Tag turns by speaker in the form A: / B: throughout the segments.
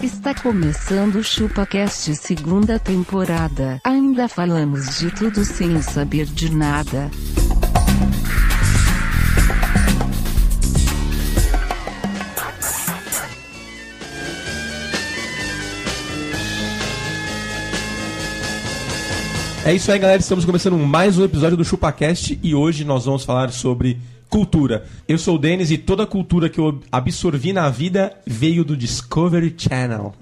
A: Está começando o ChupaCast segunda temporada. Ainda falamos de tudo sem saber de nada.
B: É isso aí, galera. Estamos começando mais um episódio do ChupaCast e hoje nós vamos falar sobre cultura. Eu sou o Denis e toda a cultura que eu absorvi na vida veio do Discovery Channel.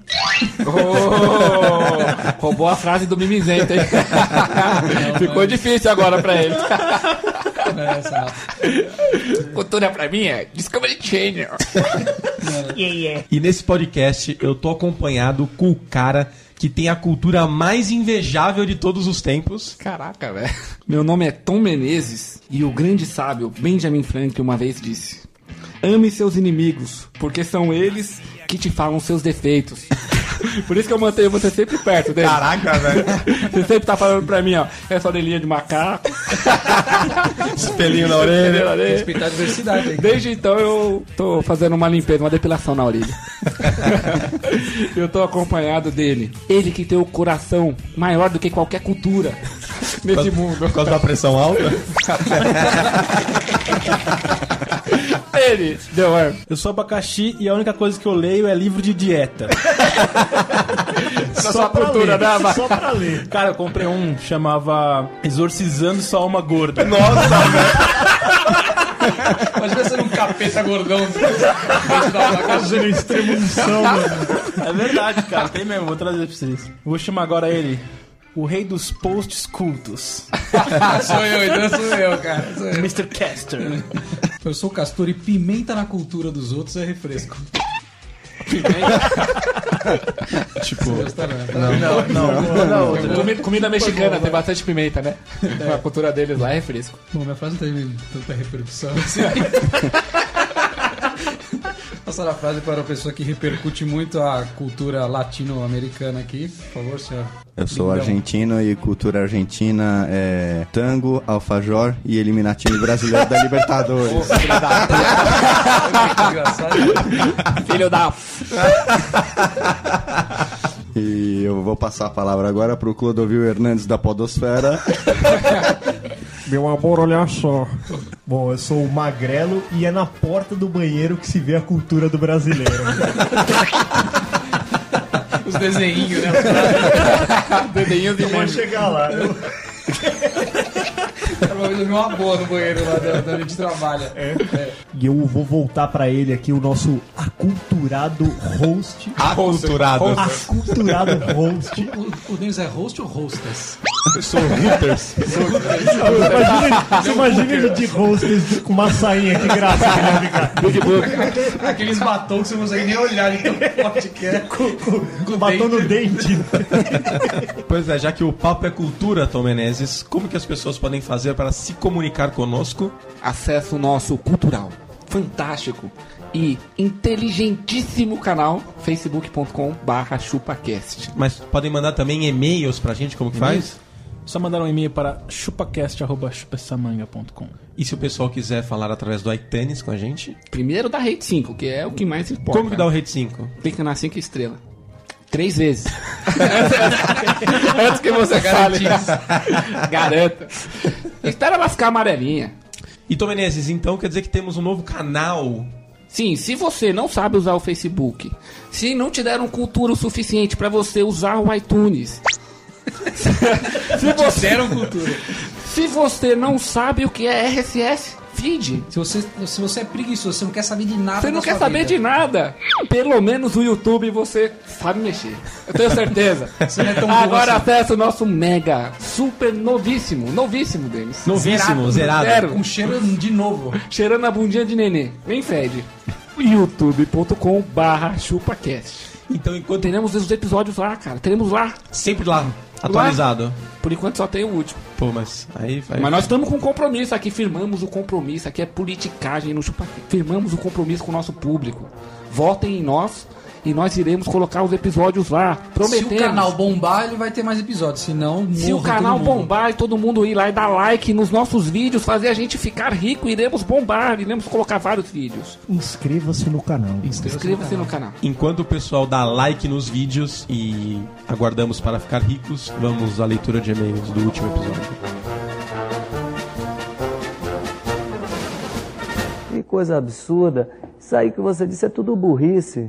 C: Ô, roubou a frase do mimizento, hein? Ficou difícil agora pra ele.
D: Não é essa, não.
C: Cultura pra mim é Discovery Channel.
B: E nesse podcast eu tô acompanhado com o cara que tem a cultura mais invejável de todos os tempos.
C: Caraca, velho. Meu nome é Tom Menezes e o grande sábio Benjamin Franklin uma vez disse: Ame seus inimigos, porque são eles que te falam seus defeitos. Por isso que eu mantenho você sempre perto dele.
B: Caraca, velho.
C: Você sempre tá falando pra mim, ó, essa orelhinha de macaco.
B: Espelhinho na orelha.
C: entendeu, né?
D: Respeitar a diversidade aí.
C: Desde então eu tô fazendo uma limpeza, uma depilação na orelha. eu tô acompanhado dele. Ele que tem o coração maior do que qualquer cultura nesse mundo.
B: Por causa da pressão alta.
C: Ele, The Worm.
E: Eu sou abacaxi e a única coisa que eu leio é livro de dieta.
C: Só
E: pra
C: é cultura,
E: ler.
C: né, Abaca?
E: Só pra ler. Cara, eu comprei um chamava Exorcizando Sua Alma Gorda.
D: Imagina sendo um capeta gordão. Assim,
E: Fazendo extremunção, mano. É verdade, cara. Tem mesmo. Vou trazer pra vocês. Vou chamar agora ele. O rei dos posts cultos.
D: sou eu, então sou eu, cara. Sou eu.
E: Mr. Caster.
D: eu sou o Castor e pimenta na cultura dos outros é refresco.
B: tipo,
D: Não, não, não.
C: Comi- comida mexicana, tem bastante pimenta, né? A cultura deles lá é fresco.
D: Bom, minha frase não teve tanta repercussão assim. Passar a frase para a pessoa que repercute muito a cultura latino-americana aqui. Por favor, senhor.
F: Eu sou
D: Lindão.
F: argentino e cultura argentina é tango, alfajor e eliminativo brasileiro da Libertadores.
C: Filho da...
F: E eu vou passar a palavra agora pro Clodovil Hernandes da Podosfera.
G: Meu amor, olha só. Bom, eu sou o magrelo e é na porta do banheiro que se vê a cultura do brasileiro.
D: Os desenhinhos, né?
C: Dedenho de
G: Eu vou
C: meme.
G: chegar lá. Eu,
D: Uma vez eu vi uma boa no banheiro lá da- da onde a gente trabalha.
G: e eu vou voltar pra ele aqui, o nosso aculturado host.
B: aculturado.
G: Aculturado host.
D: O, o Denis é host ou hostess?
B: Eu sou o Reuters.
G: Imagina ele- Você imagina ele de host com uma sainha, que graça que ele vai ficar.
D: Aqueles batons que você não consegue nem olhar de tão forte que é.
G: Com batom no dente.
B: Pois é, já que o papo é cultura, Tom Menezes, como que as pessoas podem fazer para se comunicar conosco?
C: Acesse o nosso cultural, fantástico e inteligentíssimo canal facebook.com barra chupacast.
B: Mas podem mandar também e-mails pra gente, como que faz?
E: Só mandar um e-mail para chupacast.chupessamanga.com.
B: E se o pessoal quiser falar através do iTunes com a gente,
C: Primeiro da rede 5, que é o que mais importa.
B: como que dá o Rede 5?
C: Clica na 5 estrela. Três vezes. Antes que você fale. Garanta. Espera ela ficar amarelinha.
B: E Tom Menezes, então quer dizer que temos um novo canal.
C: Sim, se você não sabe usar o Facebook, se não te deram cultura o suficiente pra você usar o iTunes, se, você,
D: Deram é cultura.
C: se você não sabe o que é RSS, feed,
D: Se você, se você é preguiçoso, você não quer saber de nada.
C: você não quer saber de nada, pelo menos o YouTube você sabe mexer. Eu tenho certeza.
D: Você não é tão bom
C: Agora
D: assim.
C: acessa o nosso mega, super novíssimo, novíssimo deles.
B: Novíssimo, zerado.
C: Zero.
D: Com cheiro de novo.
C: Cheirando a bundinha de nenê, nem fede. youtube.com barra chupacast.
B: Então enquanto
C: Teremos os episódios lá, cara. Teremos lá
B: sempre lá, Atualizado.
C: Por enquanto só tem o último.
B: Pô, mas aí vai.
C: Mas nós estamos com um compromisso aqui, firmamos o compromisso, aqui é politicagem no chupa. Firmamos o compromisso com o nosso público. Votem em nós e nós iremos colocar os episódios lá. Prometemos.
D: Se o canal bombar, ele vai ter mais episódios. Se não,
C: Se o
D: morre
C: canal
D: todo mundo.
C: bombar e todo mundo ir lá e dar like nos nossos vídeos, fazer a gente ficar rico, iremos bombar, iremos colocar vários vídeos.
G: Inscreva-se no canal.
C: Inscreva-se no canal.
B: Enquanto o pessoal dá like nos vídeos e aguardamos para ficar ricos, vamos à leitura de e-mails do último episódio.
H: Que coisa absurda. Isso aí que você disse é tudo burrice.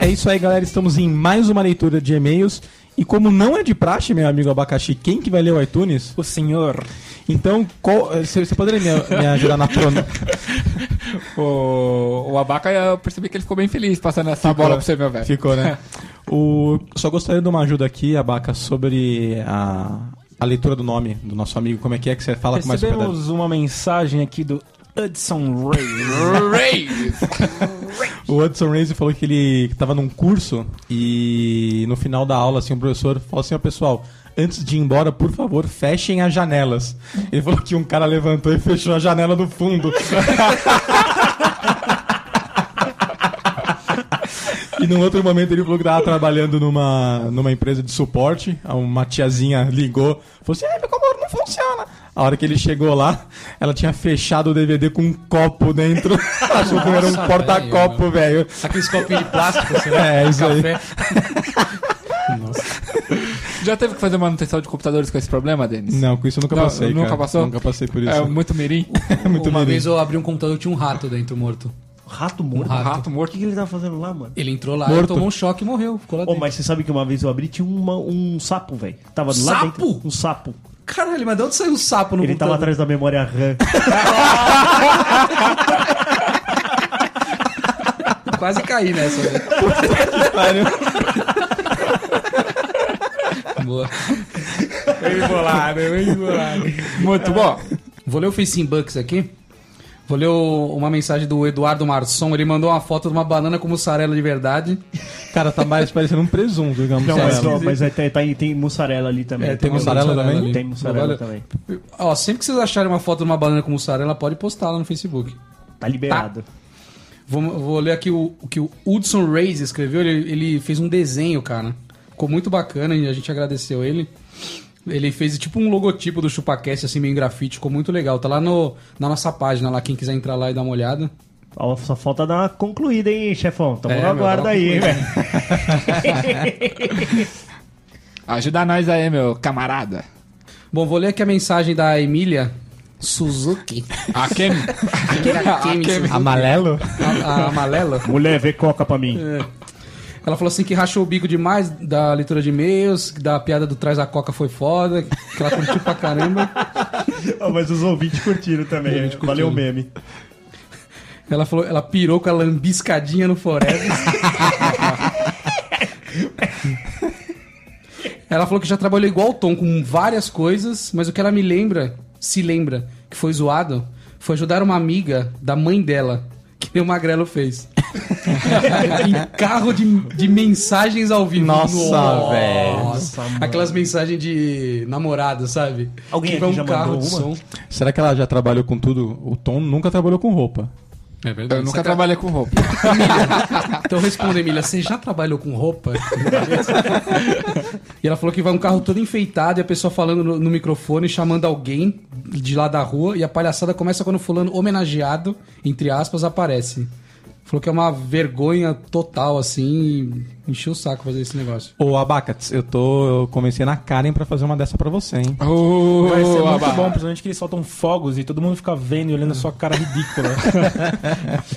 B: É isso aí, galera. Estamos em mais uma leitura de e-mails. E como não é de praxe, meu amigo abacaxi, quem que vai ler o iTunes?
I: O senhor,
B: Então, qual- eh, você você poderia me, me ajudar na prona?
C: O, o Abaca, eu percebi que ele ficou bem feliz passando essa bola pra você, meu velho.
B: Ficou, né? O, só gostaria de uma ajuda aqui, Abaca, sobre a, a leitura do nome do nosso amigo. Como é que é que você fala com mais propriedade?
I: recebemos uma mensagem aqui do Hudson Ray.
C: Reis!
B: O Hudson Reis falou que ele estava num curso e no final da aula, assim, o professor falou assim, ó, pessoal, antes de ir embora, por favor, fechem as janelas. Ele falou que um cara levantou e fechou a janela do fundo. E num outro momento ele falou que tava trabalhando numa, numa empresa de suporte. Uma tiazinha ligou, falou assim: "Ai, meu computador não funciona. A hora que ele chegou lá, ela tinha fechado o DVD com um copo dentro. Achou que era um
D: Nossa,
B: porta-copo, velho.
D: Aqueles copinhos de plástico, assim,
B: É, isso aí.
D: café.
C: Já teve que fazer manutenção de computadores com esse problema, Denis?
B: Não, com isso eu nunca
C: Não,
B: passei.
C: nunca
B: cara.
C: passou?
B: Nunca passei por isso.
C: É muito mirim.
B: É muito
D: Uma
B: mirim.
D: vez eu abri um computador e tinha um rato dentro morto.
G: Rato
D: Um
G: morto?
D: rato.
C: Rato
G: O
C: morto.
G: que, que ele tava fazendo lá, mano?
D: Ele entrou lá,
B: Morto.
D: tomou um choque e morreu. Ficou lá
C: Oh,
G: Ô,
D: dentro.
G: mas você sabe que uma vez eu abri, tinha uma- um sapo, velho. Tava lá
D: Sapo?
G: dentro. Um sapo.
D: Caralho, mas de onde saiu o sapo no
G: Ele
C: tá
G: tava
D: computador?
G: atrás da memória RAM.
D: Quase caí nessa. né? velho. Boa.
C: Muito bom.
D: Vou ler o Facing Bucks aqui. Vou ler o- uma mensagem do Eduardo Marçom. Ele mandou uma foto de uma banana com mussarela de verdade.
B: Cara, tá mais parecendo um presunto, digamos.
G: Não,
B: assim.
G: mas, ó, mas aí tem, tá aí- tem mussarela ali também.
D: É, tem
B: mussarela também?
D: ali.
G: Tem mussarela
D: Olha,
G: também.
D: Ó, sempre que vocês acharem uma foto de uma banana com mussarela, pode postar lá no Facebook.
G: Tá liberado.
D: Vou, vou ler aqui o, o que o Hudson Reis escreveu. Ele, ele fez um desenho, cara. Ficou muito bacana e a gente agradeceu ele. Ele fez tipo um logotipo do ChupaCast, assim, meio em grafite. Ficou muito legal. Tá lá no, na nossa página, lá quem quiser entrar lá e dar uma olhada.
G: Ó, Só falta dar uma concluída, hein, chefão? Tamo
D: É,
G: na
D: meu, dá
G: guarda
D: uma
G: aí, hein, velho.
C: Ajuda nós aí, meu camarada.
D: Bom, vou ler aqui a mensagem da Emília Suzuki.
C: A Kem.
D: é A Kemi Suzuki.
B: Amarelo?
D: A- a Malela. É.
G: Mulher, vê coca pra mim.
D: Ela falou assim que rachou o bico demais da leitura de e-mails, que da piada do Traz a Coca foi foda, que ela curtiu pra caramba.
G: Ó, mas os ouvintes curtiram também.
D: Os ouvintes
G: Valeu o
D: curtiram.
G: meme.
D: Ela falou, ela pirou com a lambiscadinha no Forever. ela falou que já trabalhou igual o Tom, com várias coisas, mas o que ela me lembra, se lembra, que foi zoado, foi ajudar uma amiga da mãe dela, que nem o Magrelo fez. em carro de, de mensagens ao vivo.
B: Nossa, velho.
D: Nossa, Aquelas mensagens de namorado, sabe?
G: Alguém
D: que vai
G: aqui já
D: um carro
G: mandou
D: de
G: uma?
D: som.
B: Será que ela já trabalhou com tudo? O Tom nunca trabalhou com roupa.
D: É verdade.
C: Eu nunca trabalhei com roupa.
D: Então responda, Emília, você já trabalhou com roupa? e ela falou que vai um carro todo enfeitado e a pessoa falando no, no microfone, chamando alguém de lá da rua, e a palhaçada começa quando o fulano homenageado, entre aspas, aparece. Falou que é uma vergonha total, assim, e encheu o saco fazer esse negócio.
B: Ô, Abacats, eu tô eu convencendo a Karen pra fazer uma dessa pra você, hein?
C: Ô,
I: Vai ser muito
C: Abá.
I: bom, principalmente que eles soltam fogos e todo mundo fica vendo e olhando a sua cara ridícula.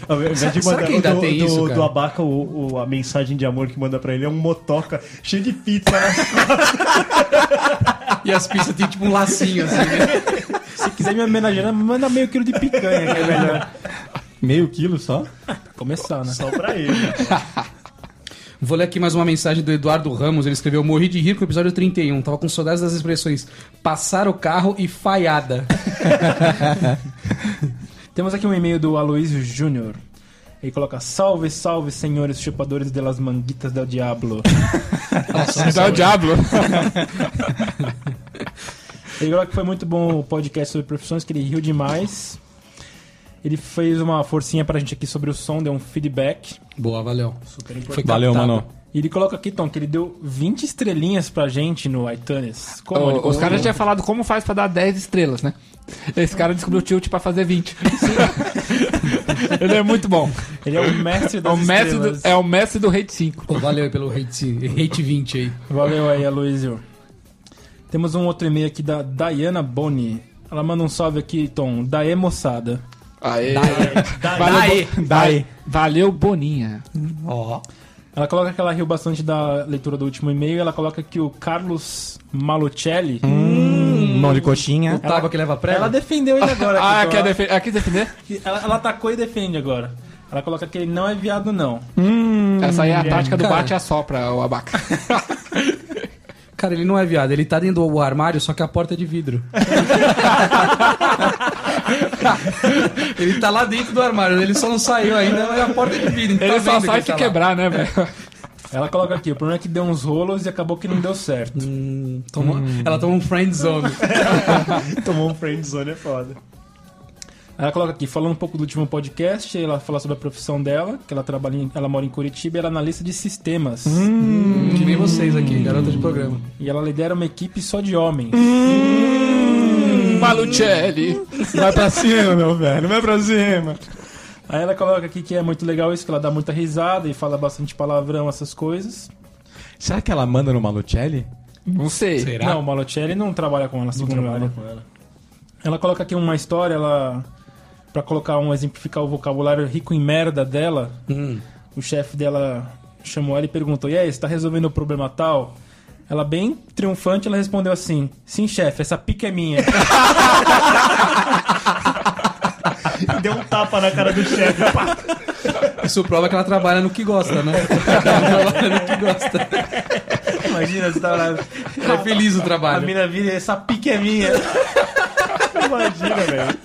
G: Ao invés de
D: Será
G: mandar
D: que ainda
G: o do,
D: tem
G: do-
D: isso, cara?
G: do Abaca, o, o- a mensagem de amor que manda pra ele é um motoca cheio de pizza. né?
D: E as pistas tem tipo um lacinho, assim, né?
I: Se quiser me homenagear, manda meio quilo de picanha, que é melhor.
B: Meio quilo só?
I: Começar, né?
G: Só pra ele.
D: Vou ler aqui mais uma mensagem do Eduardo Ramos. Ele escreveu: Morri de rir com o episódio 31. Tava com saudades das expressões passar o carro e falhada.
J: Temos aqui um e-mail do Aloysio Júnior. Ele coloca: Salve, salve, senhores chupadores de las manguitas del Diablo.
C: Dá o diabo.
J: Ele falou que foi muito bom o podcast sobre profissões, que ele riu demais. Ele fez uma forcinha pra gente aqui sobre o som, deu um feedback.
D: Boa, valeu.
J: Super importante.
D: Foi
B: Valeu,
D: captado.
B: mano.
J: E ele coloca aqui, Tom, que ele deu 20 estrelinhas pra gente no iTunes. Como? ele
C: Os
J: colocou?
C: caras já tinham falado como faz pra dar 10 estrelas, né? Esse cara descobriu o tilt pra fazer 20. Ele é muito bom.
J: Ele é o mestre
C: É
J: das
C: o mestre
J: estrelas.
C: do, é o mestre do Hate 5.
D: Pô, valeu aí pelo hate, hate 20 aí.
C: É.
J: Valeu aí, Aloysio. Temos um outro e-mail aqui da Diana Boni. Ela manda um salve aqui, Tom. Daê, moçada.
C: Aê.
J: Daê.
C: Valeu, Bo-
J: Daê.
C: Valeu, Boninha.
J: Ela coloca que ela riu bastante da leitura do último e-mail. Ela coloca que o Carlos Malucelli.
C: Hum.
B: Mão de coxinha.
D: Tava que leva prego?
J: É. Ela defendeu ele agora.
C: Ah,
J: aqui,
C: quer
J: Tom.
C: defe- ah, quis defender?
J: ela, ela atacou e defende agora. Ela coloca que ele não é viado, não.
C: Essa aí é a tática do
D: Cara.
C: bate e assopra, o abaca.
D: Cara, ele não é viado, ele tá dentro do armário, só que a porta é de vidro. ele tá lá dentro do armário, ele só não saiu ainda, mas a porta é de vidro. então
C: Ele
D: tá
C: só
D: vendo
C: sai
D: ele
C: se
D: tá lá.
C: quebrar, né, velho?
J: É. Ela coloca aqui, o problema é que deu uns rolos e acabou que não deu certo.
D: Hum, tomou- Ela tomou um friend zone.
G: Tomou um friendzone é foda.
J: Ela coloca aqui, falando um pouco do último podcast, ela fala sobre a profissão dela, que ela trabalha em- ela mora em Curitiba e ela é analista de sistemas.
C: Hum.
D: que nem vocês aqui, garota de programa.
J: E ela lidera uma equipe só de homens.
C: Malucelli.
B: Vai pra cima, meu velho. Vai pra cima.
J: é Aí ela coloca aqui que é muito legal isso, que ela dá muita risada e fala bastante palavrão, essas coisas.
B: Será que ela manda no Malucelli?
C: Não sei.
D: Será?
J: Não, o Malocelli não trabalha com ela, segundo ela. Ela coloca aqui uma história, ela. Pra colocar um, exemplificar o vocabulário rico em merda dela,
D: Hum.
J: o chefe dela chamou ela e perguntou: E aí, você tá resolvendo o problema tal? Ela, bem triunfante, ela respondeu assim: Sim, chefe, essa pica é minha.
G: Deu um tapa na cara do chefe. pá.
D: Isso prova que ela trabalha no que gosta, né? Ela trabalha no que gosta.
J: Imagina, você tá lá.
D: Ela é feliz no
J: A
D: trabalho.
J: mina vira, essa pica é minha.
G: Imagina, velho.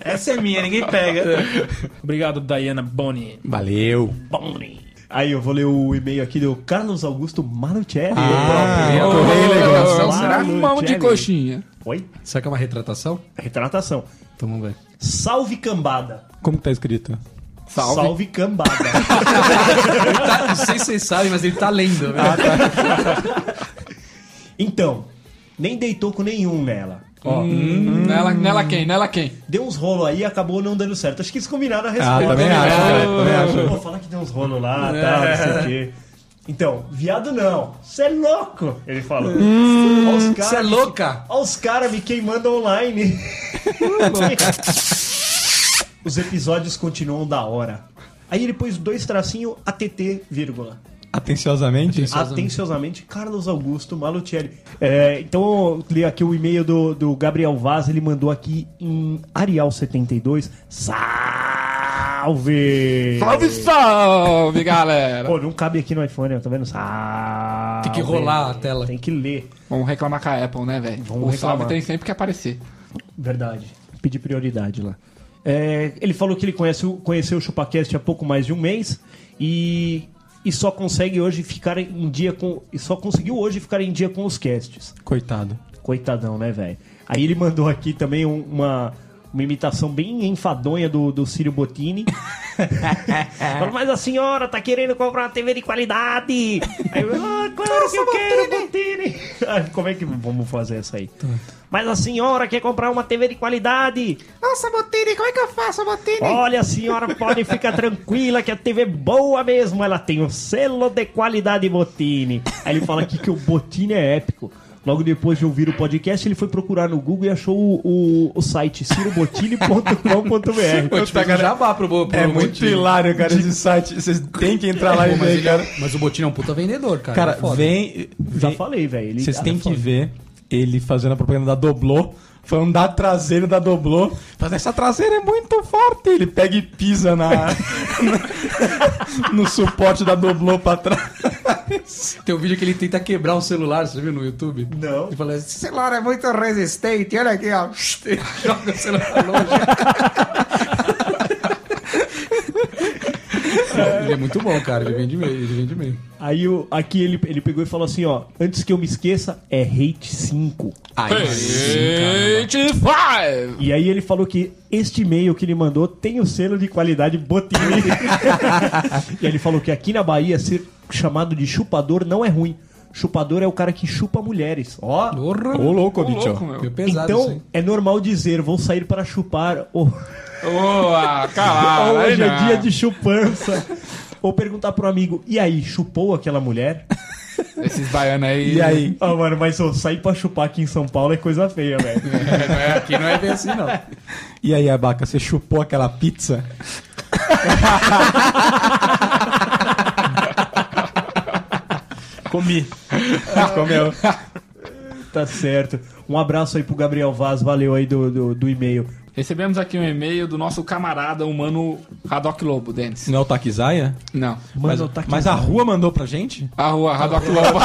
J: Essa é minha, ninguém pega. Obrigado, Diana Boni.
B: Valeu.
J: Boni.
G: Aí eu vou ler o e-mail aqui do Carlos Augusto Manuchelli.
D: Ah, é,
B: Eu correi
C: Não,
B: legal.
C: será? Mão de
G: Malucelli.
C: coxinha.
G: Oi?
D: Será que é uma retratação?
G: Retratação.
D: Então vamos ver.
G: Salve cambada.
B: Como que tá escrito?
C: Salve.
G: cambada.
D: Tá, não sei se vocês sabem, mas ele tá lendo.
J: Ah.
D: né?
G: então, nem deitou com nenhum nela.
C: Hum, Nela, nela quem? Nela quem?
G: Deu uns rolos aí e acabou não dando certo. Acho que eles combinaram a
B: Ah,
G: resposta. Né?
B: também acho, cara. Também acho.
G: Pô, fala que deu uns rolos lá, tal, não sei o quê. Então, viado não. Cê é louco, ele falou.
C: Hum.
G: Ó os cara
D: Cê é
G: me-
D: louca?
G: Ó os caras me queimando online. os episódios continuam da hora. Aí ele pôs dois tracinho ATT, vírgula.
B: Atenciosamente?
G: Atenciosamente, Carlos Augusto Malucelli. É, então, eu li aqui o e-mail do, do Gabriel Vaz, ele mandou aqui em Arial 72. Salve!
C: Salve, salve, galera.
G: Pô, não cabe aqui no iPhone, ó, tá vendo? Salve!
D: Tem que rolar a tela.
G: Tem que ler,
C: Vamos reclamar com a Apple, né, velho? O
G: Vamos
C: salve
G: reclamar.
C: tem sempre que aparecer.
G: verdade. Pedir prioridade lá. É, ele falou que ele conhece, o- conheceu o ChupaCast há pouco mais de um mês e, e só consegue hoje ficar em dia com. E só conseguiu hoje ficar em dia com os casts.
B: Coitado.
G: Coitadão, né, velho? Aí ele mandou aqui também um- uma, uma imitação bem enfadonha do, do Círio Bottini.
K: É.
G: Falou, mas a senhora tá querendo comprar uma TV de qualidade! Aí eu, ah, claro que eu quero, Bottini! Ah, Como é que vamos fazer essa aí? Mas a senhora quer comprar uma TV de qualidade!
K: Nossa, Botini, como é que eu faço, Botini?
G: Olha, a senhora pode ficar tranquila que a TV é boa mesmo. Ela tem um selo de qualidade Botini. Aí ele fala aqui que o Botini é épico. Logo depois de ouvir o podcast, ele foi procurar no Google e achou o, o, o site cirobotini.com.br.
J: É,
D: Pô, tipo, um jabá pro, bo- pro
B: É muito
D: Botini.
B: hilário, cara, esse site. Vocês têm que entrar lá e
D: Pô, mas,
B: ver,
D: ele é-
B: cara.
D: mas o Botini é um puta vendedor, cara.
B: Cara,
D: é foda.
B: vem.
G: Já
B: vem-
G: falei, velho. ele-
B: Vocês
G: ah,
B: têm que
G: foda.
B: ver ele fazendo a propaganda da Doblô. Falando da traseira da Doblô. Fazendo essa traseira é muito forte. Ele pega e pisa na. no suporte da Doblô pra trás.
D: Tem um vídeo que ele tenta quebrar o celular, você viu no YouTube?
G: Não.
D: Ele fala, esse celular é muito resistente, olha aqui, ó. Ele joga o celular longe. é muito bom, cara. Ele vende bem, ele vende bem.
G: Aí o- aqui ele, ele pegou e falou assim, ó, antes que eu me esqueça, é Hate 5. E aí ele falou que este e-mail que ele mandou tem o selo de qualidade Botini. e ele falou que aqui na Bahia ser chamado de chupador não é ruim. Chupador é o cara que chupa mulheres. Ó,
D: Porra,
B: Ô, louco, bicho.
D: meu pesado isso
G: então
D: aí.
G: é normal dizer, vou sair para chupar ou
C: Boa,
D: Ah,
G: ou
C: caralho.
G: hoje é dia de chupança. ou perguntar pro amigo, e aí, chupou aquela mulher?
C: Esses baianos aí.
B: E aí?
G: Ah, mano, mas ô, sair pra chupar aqui em São Paulo é coisa feia, velho.
C: É, não é, aqui não é bem assim, não.
B: E aí, Abaca, você chupou aquela pizza?
L: Comi.
B: Comeu.
G: Tá certo. Um abraço aí pro Gabriel Vaz, valeu aí do, do, do e-mail.
C: Recebemos aqui um e-mail do nosso camarada humano Radoc Lobo, Denis.
B: Não é o Takizaia?
C: Não.
B: Mas,
G: tá
B: mas a rua mandou pra gente?
C: A rua Radoc Lobo.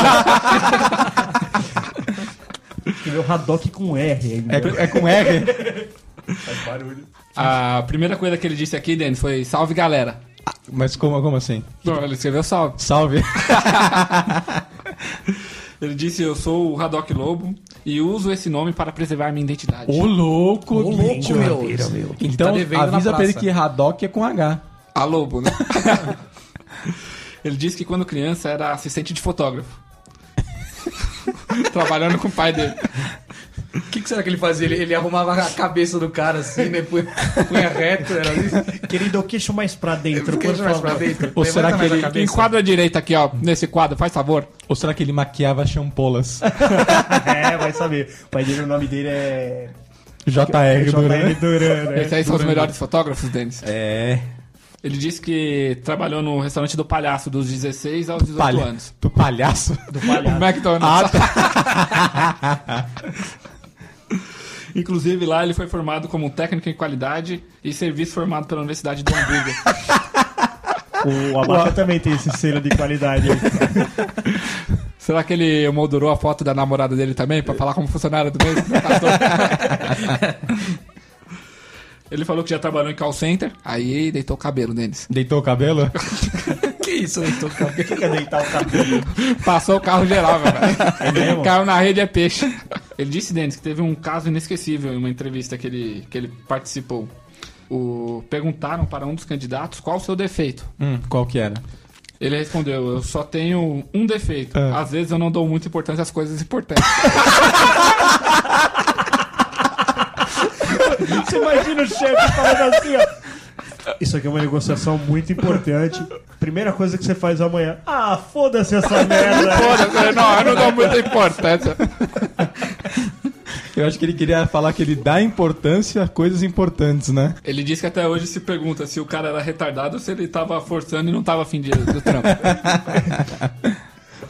G: Escreveu Haddock com R ainda.
B: É, com R?
C: A primeira coisa que ele disse aqui, Denis, foi salve galera.
B: Mas como, como assim?
C: Não, ele escreveu salve.
B: Salve.
C: Ele disse: Eu sou o Radoc Lobo e uso esse nome para preservar minha identidade.
B: louco, bicho. Então
D: Tá devendo na
B: avisa pra ele
D: praça.
B: que Haddock é com H.
C: A Lobo, né? Ele disse que quando criança era assistente de fotógrafo. Trabalhando com o pai dele.
D: O que, que será que ele fazia? Ele, ele arrumava a cabeça do cara assim, né? Punha, punha reto, era isso.
G: Querido, o queixo mais pra dentro, por
D: Puxa mais pra
G: favor.
D: dentro.
B: Ou será
D: levanta
B: que
D: mais a
B: ele-
D: cabeça.
C: Enquadra a direita aqui, ó, nesse quadro, faz favor.
B: Ou será que ele maquiava champolas?
G: É, vai saber. O pai dele, o nome dele é...
B: JR
G: J.R.
B: Duran.
G: Duran, né?
C: Esses aí são os melhores fotógrafos, Denis.
B: É.
C: Ele disse que trabalhou no restaurante do palhaço dos 16 aos 18
B: Palha...
C: anos. é
B: Do palhaço?
C: tá
B: Ah, tá.
C: O McDonald's. Inclusive lá ele foi formado como técnico em qualidade e serviço formado pela Universidade do Hamburgo.
G: O Abaca também tem esse selo de qualidade. aí.
C: Será que ele moldurou a foto da namorada dele também pra falar como funcionária do mesmo? né, Passou. ele falou que já trabalhou em call center, aí deitou o cabelo deles.
B: Deitou o cabelo?
D: Que isso, aí, tô
G: Por que que é deitar o cabelo?
C: Passou o carro geral, velho.
G: mesmo?
C: Caiu na rede é peixe. Ele disse, Denis, que teve um caso inesquecível em uma entrevista que ele, que ele participou. O, perguntaram para um dos candidatos qual o seu defeito.
B: Hum, qual que era?
C: Ele respondeu: Eu só tenho um defeito. Às vezes eu não dou muita importância às coisas importantes.
G: Você imagina o chefe falando assim, ó. Isso aqui é uma negociação muito importante. Primeira coisa que você faz amanhã. Ah, foda-se essa merda.
C: Foda-se, não, eu não dou muita importância.
B: Eu acho que ele queria falar que ele dá importância a coisas importantes, né?
C: Ele disse que até hoje se pergunta se o cara era retardado ou se ele tava forçando e não tava afim de, do trampo.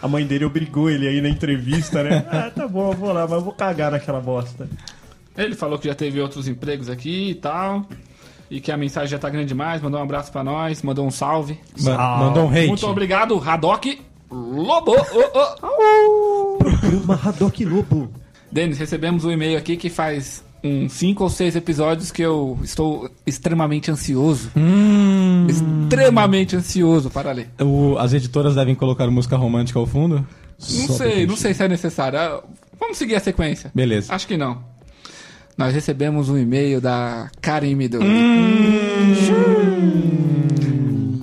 G: A mãe dele obrigou ele aí na entrevista, né? Ah, tá bom, eu vou lá, mas eu vou cagar naquela bosta.
C: Ele falou que já teve outros empregos aqui e tal. E que a mensagem já tá grande demais. Mandou um abraço pra nós, mandou um salve.
B: Ma- mandou um hate.
C: Muito obrigado, Haddock Lobo. Oh, oh.
G: Programa Haddock Lobo.
C: Denis, recebemos um e-mail aqui que faz uns 5 ou 6 episódios que eu estou extremamente ansioso.
B: Hum.
C: Extremamente ansioso para ler.
B: O- as editoras devem colocar música romântica ao fundo?
C: Não sei, não sei se é necessário. Ah, Vamos seguir a sequência.
B: Beleza.
C: Acho que não. Nós recebemos um e-mail da Karen Midori.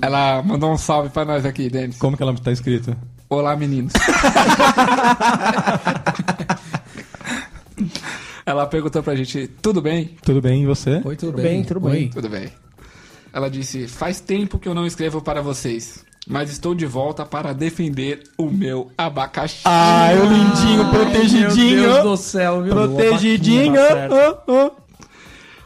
C: Ela mandou um salve pra nós aqui, Denis.
B: Como que ela tá escrita?
C: Olá, meninos. Ela perguntou pra gente, tudo bem?
B: Tudo bem, e você?
D: Oi, tudo bem? Tudo bem.
C: Tudo bem. Ela disse: Faz tempo que eu não escrevo para vocês, mas estou de volta para defender o meu abacaxi.
B: Ah, eu lindinho,
D: Meu Deus
B: protegidinho.
D: do céu, viu?
B: Protegidinho. Oh,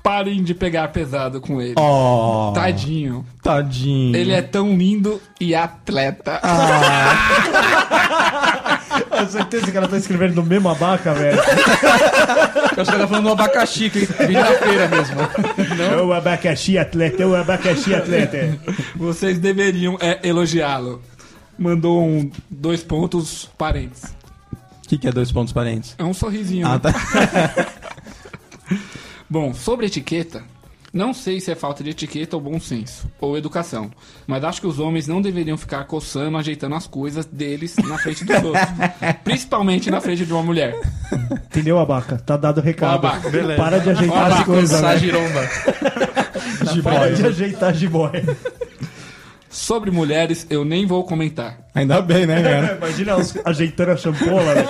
C: Parem de pegar pesado com ele.
B: oh. Oh,
C: Tadinho.
B: tadinho.
C: Ele é tão lindo e atleta.
J: Ah.
G: Eu certeza que ela tá escrevendo no mesmo abaca, velho.
D: Eu só tava tá falando do abacaxi, que vem da feira mesmo.
G: É o abacaxi atleta, é o abacaxi atleta.
C: Vocês deveriam é, elogiá-lo. Mandou um dois pontos parentes.
B: O que, que é dois pontos Ah, tá. parentes?
C: É um sorrisinho. né?
B: Ah, tá.
C: Bom, sobre etiqueta, Não sei se é falta de etiqueta ou bom senso, ou educação, mas acho que os homens não deveriam ficar coçando, ajeitando as coisas deles na frente dos outros. principalmente na frente de uma mulher.
M: Entendeu, Abaca? Tá dado o recado.
C: Ó, Abaca,
E: beleza.
M: Para de
D: Ó,
M: ajeitar as
D: Abaca,
C: é,
M: coisas.
C: né?
D: essa
M: velho.
D: giromba.
M: Para de ajeitar a jiboia.
C: Sobre mulheres, eu nem vou comentar.
J: Ainda bem, né, cara?
M: Imagina os- ajeitando a champola, velho.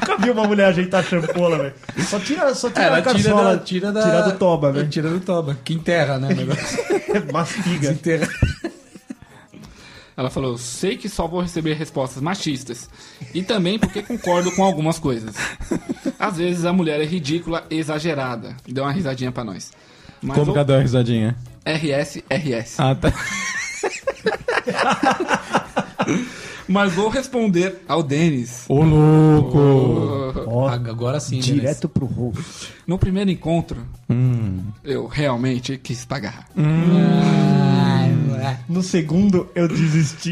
M: Nunca vi uma mulher ajeitar a champola, velho. Só tira, só tira
D: É, Ela
M: a
D: tira
M: caçola.
D: da, tira da.
M: tira do toba, né? velho.
D: Tira do toba. Que enterra, né? o negócio?
M: Mastiga.
D: Enterra.
C: Ela falou: sei que só vou receber respostas machistas. E também porque concordo com algumas coisas. Às vezes a mulher é ridícula, exagerada. Deu uma risadinha pra nós. Mas
J: Como
C: o-
J: que ela deu a risadinha?
C: RS, RS.
J: Ah, tá.
C: Mas vou responder ao Denis.
J: Ô, louco!
M: Ó,
D: Agora sim, né?
M: direto pro rosto.
C: No primeiro encontro,
J: Hum.
C: eu realmente quis pagar.
M: No segundo, eu desisti.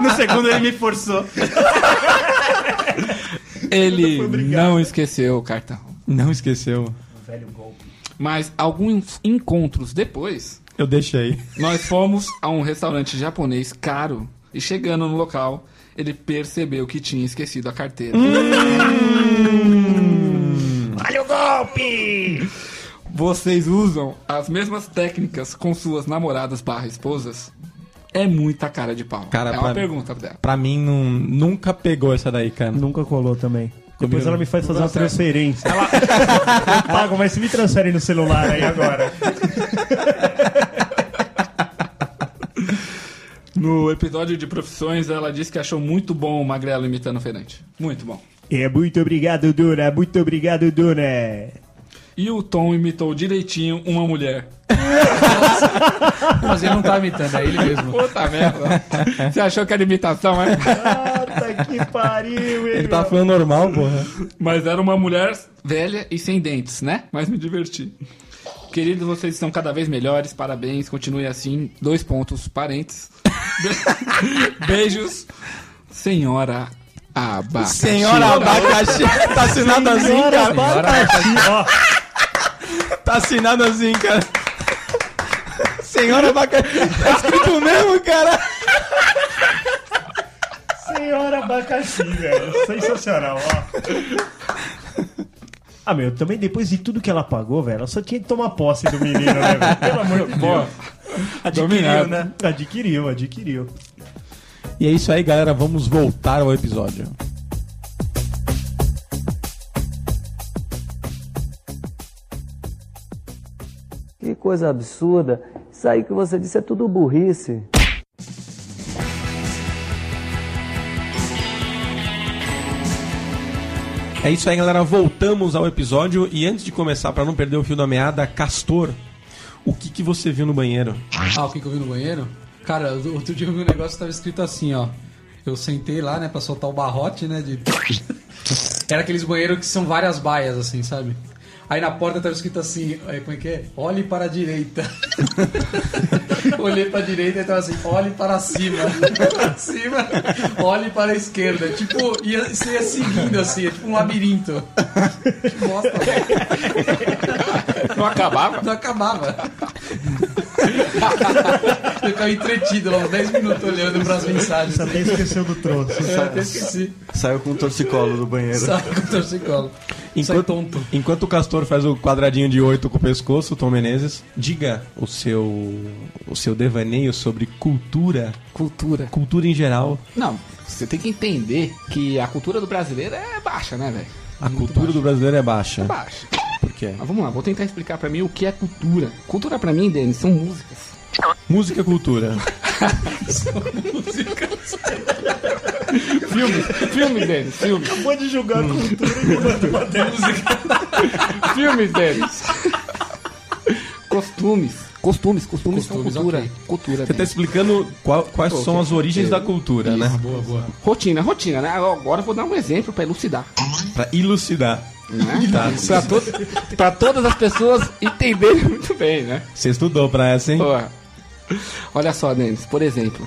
E: No segundo ele me forçou.
C: Ele não esqueceu o cartão.
J: Não esqueceu.
C: Mas alguns encontros depois,
J: Eu deixei.
C: nós fomos a um restaurante japonês caro e chegando no local, ele percebeu que tinha esquecido a carteira.
J: Hum.
M: Olha o golpe!
C: Vocês usam as mesmas técnicas com suas namoradas barra esposas? É muita cara de pau.
J: Cara,
C: é uma
J: pra-
C: pergunta dela.
J: Pra mim, não, nunca pegou essa daí, cara.
M: Nunca colou também. Depois ela me faz fazer
C: Não
M: uma
C: dá certo.
M: transferência. Eu pago, mas se me transferem no celular aí agora.
C: No episódio de profissões, ela disse que achou muito bom o Magrelo imitando o Ferante. Muito bom.
M: É muito obrigado, Dona. Muito obrigado, Dona.
C: E o Tom imitou direitinho uma mulher.
D: Mas ele não tá imitando, é ele mesmo.
C: Puta merda. Você achou que era imitação, é?
M: Puta que pariu,
J: Ele tá falando normal, porra.
C: Mas era uma mulher velha e sem dentes, né? Mas me diverti. Queridos, vocês estão cada vez melhores, parabéns, continue assim. Dois pontos, parentes. Be- Beijos, senhora Abacaxi.
J: Senhora abacaxi. Tá assinado assim, cara. Tá assinado assim, cara. Senhora abacaxi. Tá escrito mesmo, cara.
M: Senhora abacaxi, velho. Sensacional, ó. Ah, meu, também depois de tudo que ela pagou, velho, ela só tinha que tomar posse do menino, né, velho? Pelo amor de Deus. Adquiriu,
C: Dominado.
M: né? Adquiriu, adquiriu.
J: E é isso aí, galera. Vamos voltar ao episódio.
H: Que coisa absurda. Isso aí que você disse é tudo burrice.
B: É isso aí, galera. Voltamos ao episódio. E antes de começar, pra não perder o fio da meada, Castor, o que, que você viu no banheiro?
D: Ah, o que, que eu vi no banheiro? Cara, outro dia eu vi um negócio que tava escrito assim, ó. Eu sentei lá, né, pra soltar o barrote, né? De... Era aqueles banheiros que são várias baias, assim, sabe? Aí na porta tava escrito assim, é, como é que é? Olhe para a direita. Olhei pra direita e tava assim, olhe para cima. pra cima, olhe para a esquerda. Tipo, ia, você ia seguindo assim, é tipo um labirinto. Tipo, Que bosta, velho.
C: Não acabava?
D: Não acabava. Eu ficava entretido lá uns 10 minutos olhando pras mensagens.
M: Você até esqueceu do troço.
D: Eu até esqueci.
F: Saiu com um torcicolo do banheiro.
D: Sabe com o torcicolo. Sai tonto.
B: Enquanto o Castor faz o quadradinho de 8 com o pescoço, Tom Menezes, diga o seu, o seu devaneio sobre cultura,
C: Cultura.
B: cultura em geral,
C: Não, você tem que entender que a cultura do brasileiro é baixa, né, velho?
B: a cultura do brasileiro é baixa.
C: Baixa.
B: Por quê?
C: Mas vamos lá, vou tentar explicar pra mim o que é cultura. Cultura pra mim, Denis, são músicas.
B: Música é cultura.
C: Filmes, filmes, Denis, filmes.
M: Acabou de julgar a
C: Hum.
M: cultura e me mandou uma dessa.
C: Filmes deles. Costumes. Costumes, costumes, são
D: Costumes,
C: cultura.
D: ok.
C: Cultura.
B: Você tá
C: deles.
B: explicando qual- quais
C: Ok.
B: são as origens da cultura, né?
D: Boa, boa.
C: Rotina, rotina, né? Agora eu vou dar um exemplo pra elucidar.
B: Pra elucidar. Tá.
C: Pra, to- pra todas as pessoas entenderem muito bem, né?
B: Você estudou pra essa, hein?
C: Ó, Olha só, Denis, por exemplo.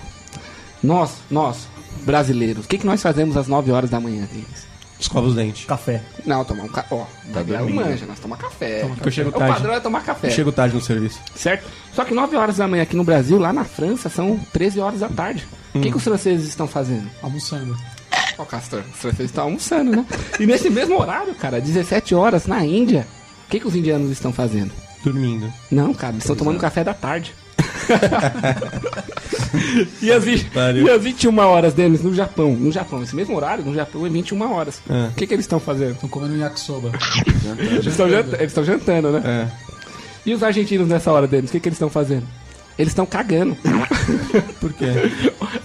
C: Nós, nós, brasileiros, o que, que nós fazemos às 9 horas da manhã, Denis?
B: Escova os dentes.
G: Café.
C: Não, tomar um café. Ó, Gabriel
B: dormindo.
C: manja, nós tomamos café.
B: Toma café. Eu chego
C: o
B: tarde.
C: padrão é tomar café.
B: Eu chego tarde no serviço.
C: Certo? Só que 9 horas da manhã aqui no Brasil, lá na França, são 13 horas da tarde. O
B: Hum.
C: que, que os franceses estão fazendo?
D: Almoçando.
C: Ó, Castor, os franceses estão almoçando, né? E nesse mesmo horário, cara, 17 horas na Índia, o que, que os indianos estão fazendo?
B: Dormindo.
C: Não, cara, eles estão tomando café da tarde. e, as vi-
B: Pariu.
C: e as 21 horas deles no Japão? No Japão, esse mesmo horário, no Japão é 21 horas.
B: É.
C: O que, que eles estão fazendo?
D: Estão comendo yakisoba.
C: Eles estão janta- eles estão jantando, né?
B: É.
C: E os argentinos nessa hora deles, o que, que eles estão fazendo? Eles estão cagando.
B: Por quê?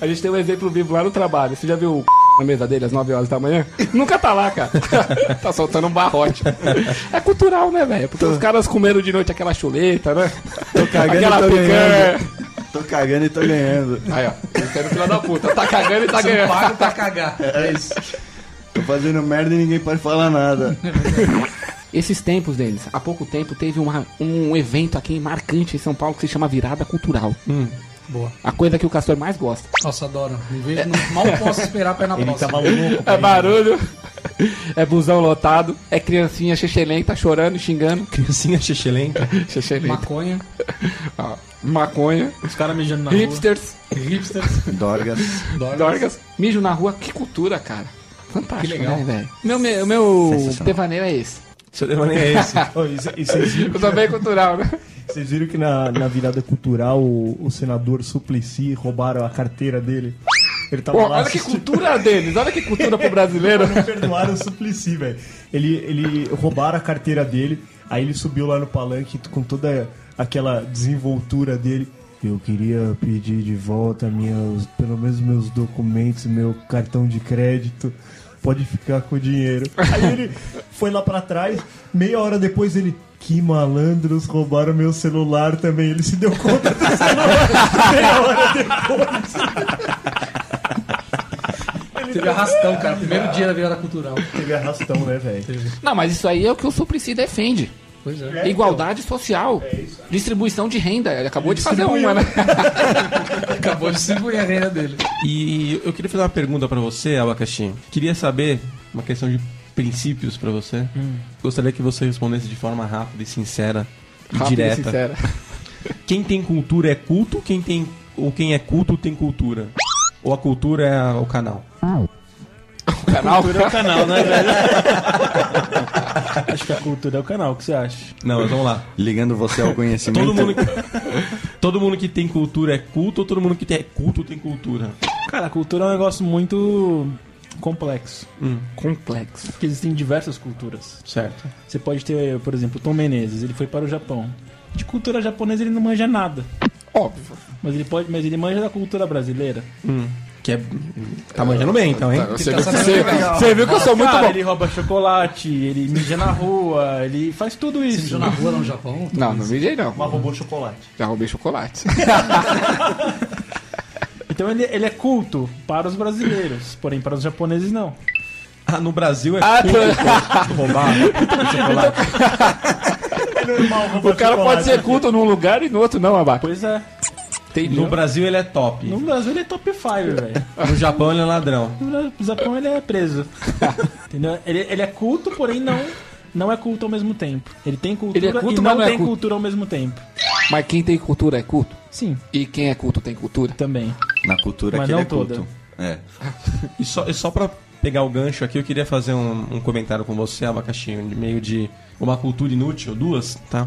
C: A gente tem um exemplo vivo lá no trabalho. Você já viu o na mesa dele às 9 horas da manhã? Nunca tá lá, cara. tá soltando um barrote. É cultural, né, velho? Porque os caras comendo de noite aquela chuleta, né?
F: Tô cagando
C: aquela
F: e tô
C: picanha.
F: ganhando. Tô cagando e tô ganhando.
C: Aí, ó. Você é no filho da puta. Tá cagando e tá ganhando.
D: Pago pra cagar. É isso.
F: Tô fazendo merda e ninguém pode falar nada.
C: Esses tempos deles, há pouco tempo teve uma- um evento aqui marcante em São Paulo que se chama Virada Cultural.
D: Boa.
C: A coisa que o Castor mais gosta.
D: Nossa, adoro. Não vejo, não- mal posso esperar pra ir na
G: Ele
M: tá
D: próxima.
G: tava louco.
C: É barulho, é busão lotado, é criancinha xexelenta chorando e xingando.
B: Criancinha xixelenta.
C: Xexelenta.
D: Maconha.
C: Ah, maconha,
J: Os caras mijando na rua.
C: hipsters,
D: Hipsters.
F: Dorgas.
C: dorgas, mijo na rua, que cultura, cara. Fantástico,
D: Que legal.
C: né, velho? Meu, meu, meu
F: Sensacional.
C: devaneio é esse.
B: Seu devaneio é esse.
G: Ô, e cê- e vocês viram,
C: Eu também cultural, né?
G: vocês viram que na, na virada cultural o, o senador Suplicy roubaram a carteira dele? Ele tava
C: Pô,
G: lá
C: olha que
G: assistindo-
C: cultura deles, olha que cultura pro brasileiro.
G: Não perdoaram o Suplicy, velho. Ele, ele roubaram a carteira dele, aí ele subiu lá no palanque com toda aquela desenvoltura dele. Eu queria pedir de volta meus, pelo menos meus documentos, meu cartão de crédito. Pode ficar com o dinheiro. Aí ele foi lá pra trás, meia hora depois ele. Que malandros roubaram meu celular também. Ele se deu conta do celular meia hora depois.
D: Teve arrastão, cara. Primeiro dia da virada cultural.
J: é
G: Teve arrastão, né, velho?
C: Não, mas isso aí é o que o Suplicy defende.
D: Pois é.
C: Igualdade social. Distribuição de renda. Ele acabou de fazer uma, né?
D: Acabou de segurar a renda dele.
B: E eu queria fazer uma pergunta pra você, Abacaxi. Queria saber uma questão de princípios pra você. Gostaria que você respondesse de forma rápida e sincera e
C: Rápido e
B: direta.
C: sincera.
B: Quem tem cultura é culto, quem tem ou quem é culto tem cultura. Ou a cultura é a- o canal.
C: O canal.
J: canal, né, velho? Acho que a cultura é o canal, o que você acha?
B: Não, mas vamos lá.
F: Ligando você ao conhecimento.
B: Todo mundo que, todo mundo que tem cultura é culto ou todo mundo que tem- é culto tem cultura?
J: Cara, a cultura é um negócio muito complexo.
C: Complexo.
J: Hum. Porque existem diversas culturas.
B: Certo.
J: Você pode ter, por exemplo, o Tom Menezes, ele foi para o Japão. De cultura japonesa ele não manja nada.
C: Óbvio.
J: Mas ele pode, mas ele manja da cultura brasileira.
B: Que é. Tá manjando bem então, hein?
C: Você viu, você- você viu que eu sou muito
J: Cara,
C: bom.
J: ele rouba chocolate, ele mija na rua, ele faz tudo
D: Você
J: isso.
D: mijou na rua lá no Japão?
C: Não, não mijei não.
G: Mas roubou chocolate.
C: Já roubei chocolate.
J: Então ele, ele é culto para os brasileiros, porém para os japoneses não.
B: Ah, no Brasil é
C: Tá. Ah,
B: culto
C: tá.
B: roubar chocolate.
G: É normal roubar
C: o cara pode
G: chocolate.
C: ser culto num lugar e no outro não, abaca.
J: Pois é.
C: Entendi.
B: No Brasil ele é top.
J: No Brasil ele é top 5, velho.
B: No Japão ele é ladrão.
J: No Japão ele é preso. Entendeu? Ele, ele é culto, porém não, não é culto ao mesmo tempo. Ele tem cultura
C: Ele é culto,
J: e
C: mas
J: não,
C: não é
J: tem
C: culto.
J: cultura ao mesmo tempo.
C: Mas quem tem cultura é culto.
J: Sim,
C: E quem é culto tem cultura.
J: também.
F: Na cultura
J: Mas
F: que
J: não
F: ele é culto.
J: toda.
F: É.
B: E só, e só pra pegar o gancho aqui, eu queria fazer um, um comentário com você, Abacaxinho, de meio de uma cultura inútil, duas, tá?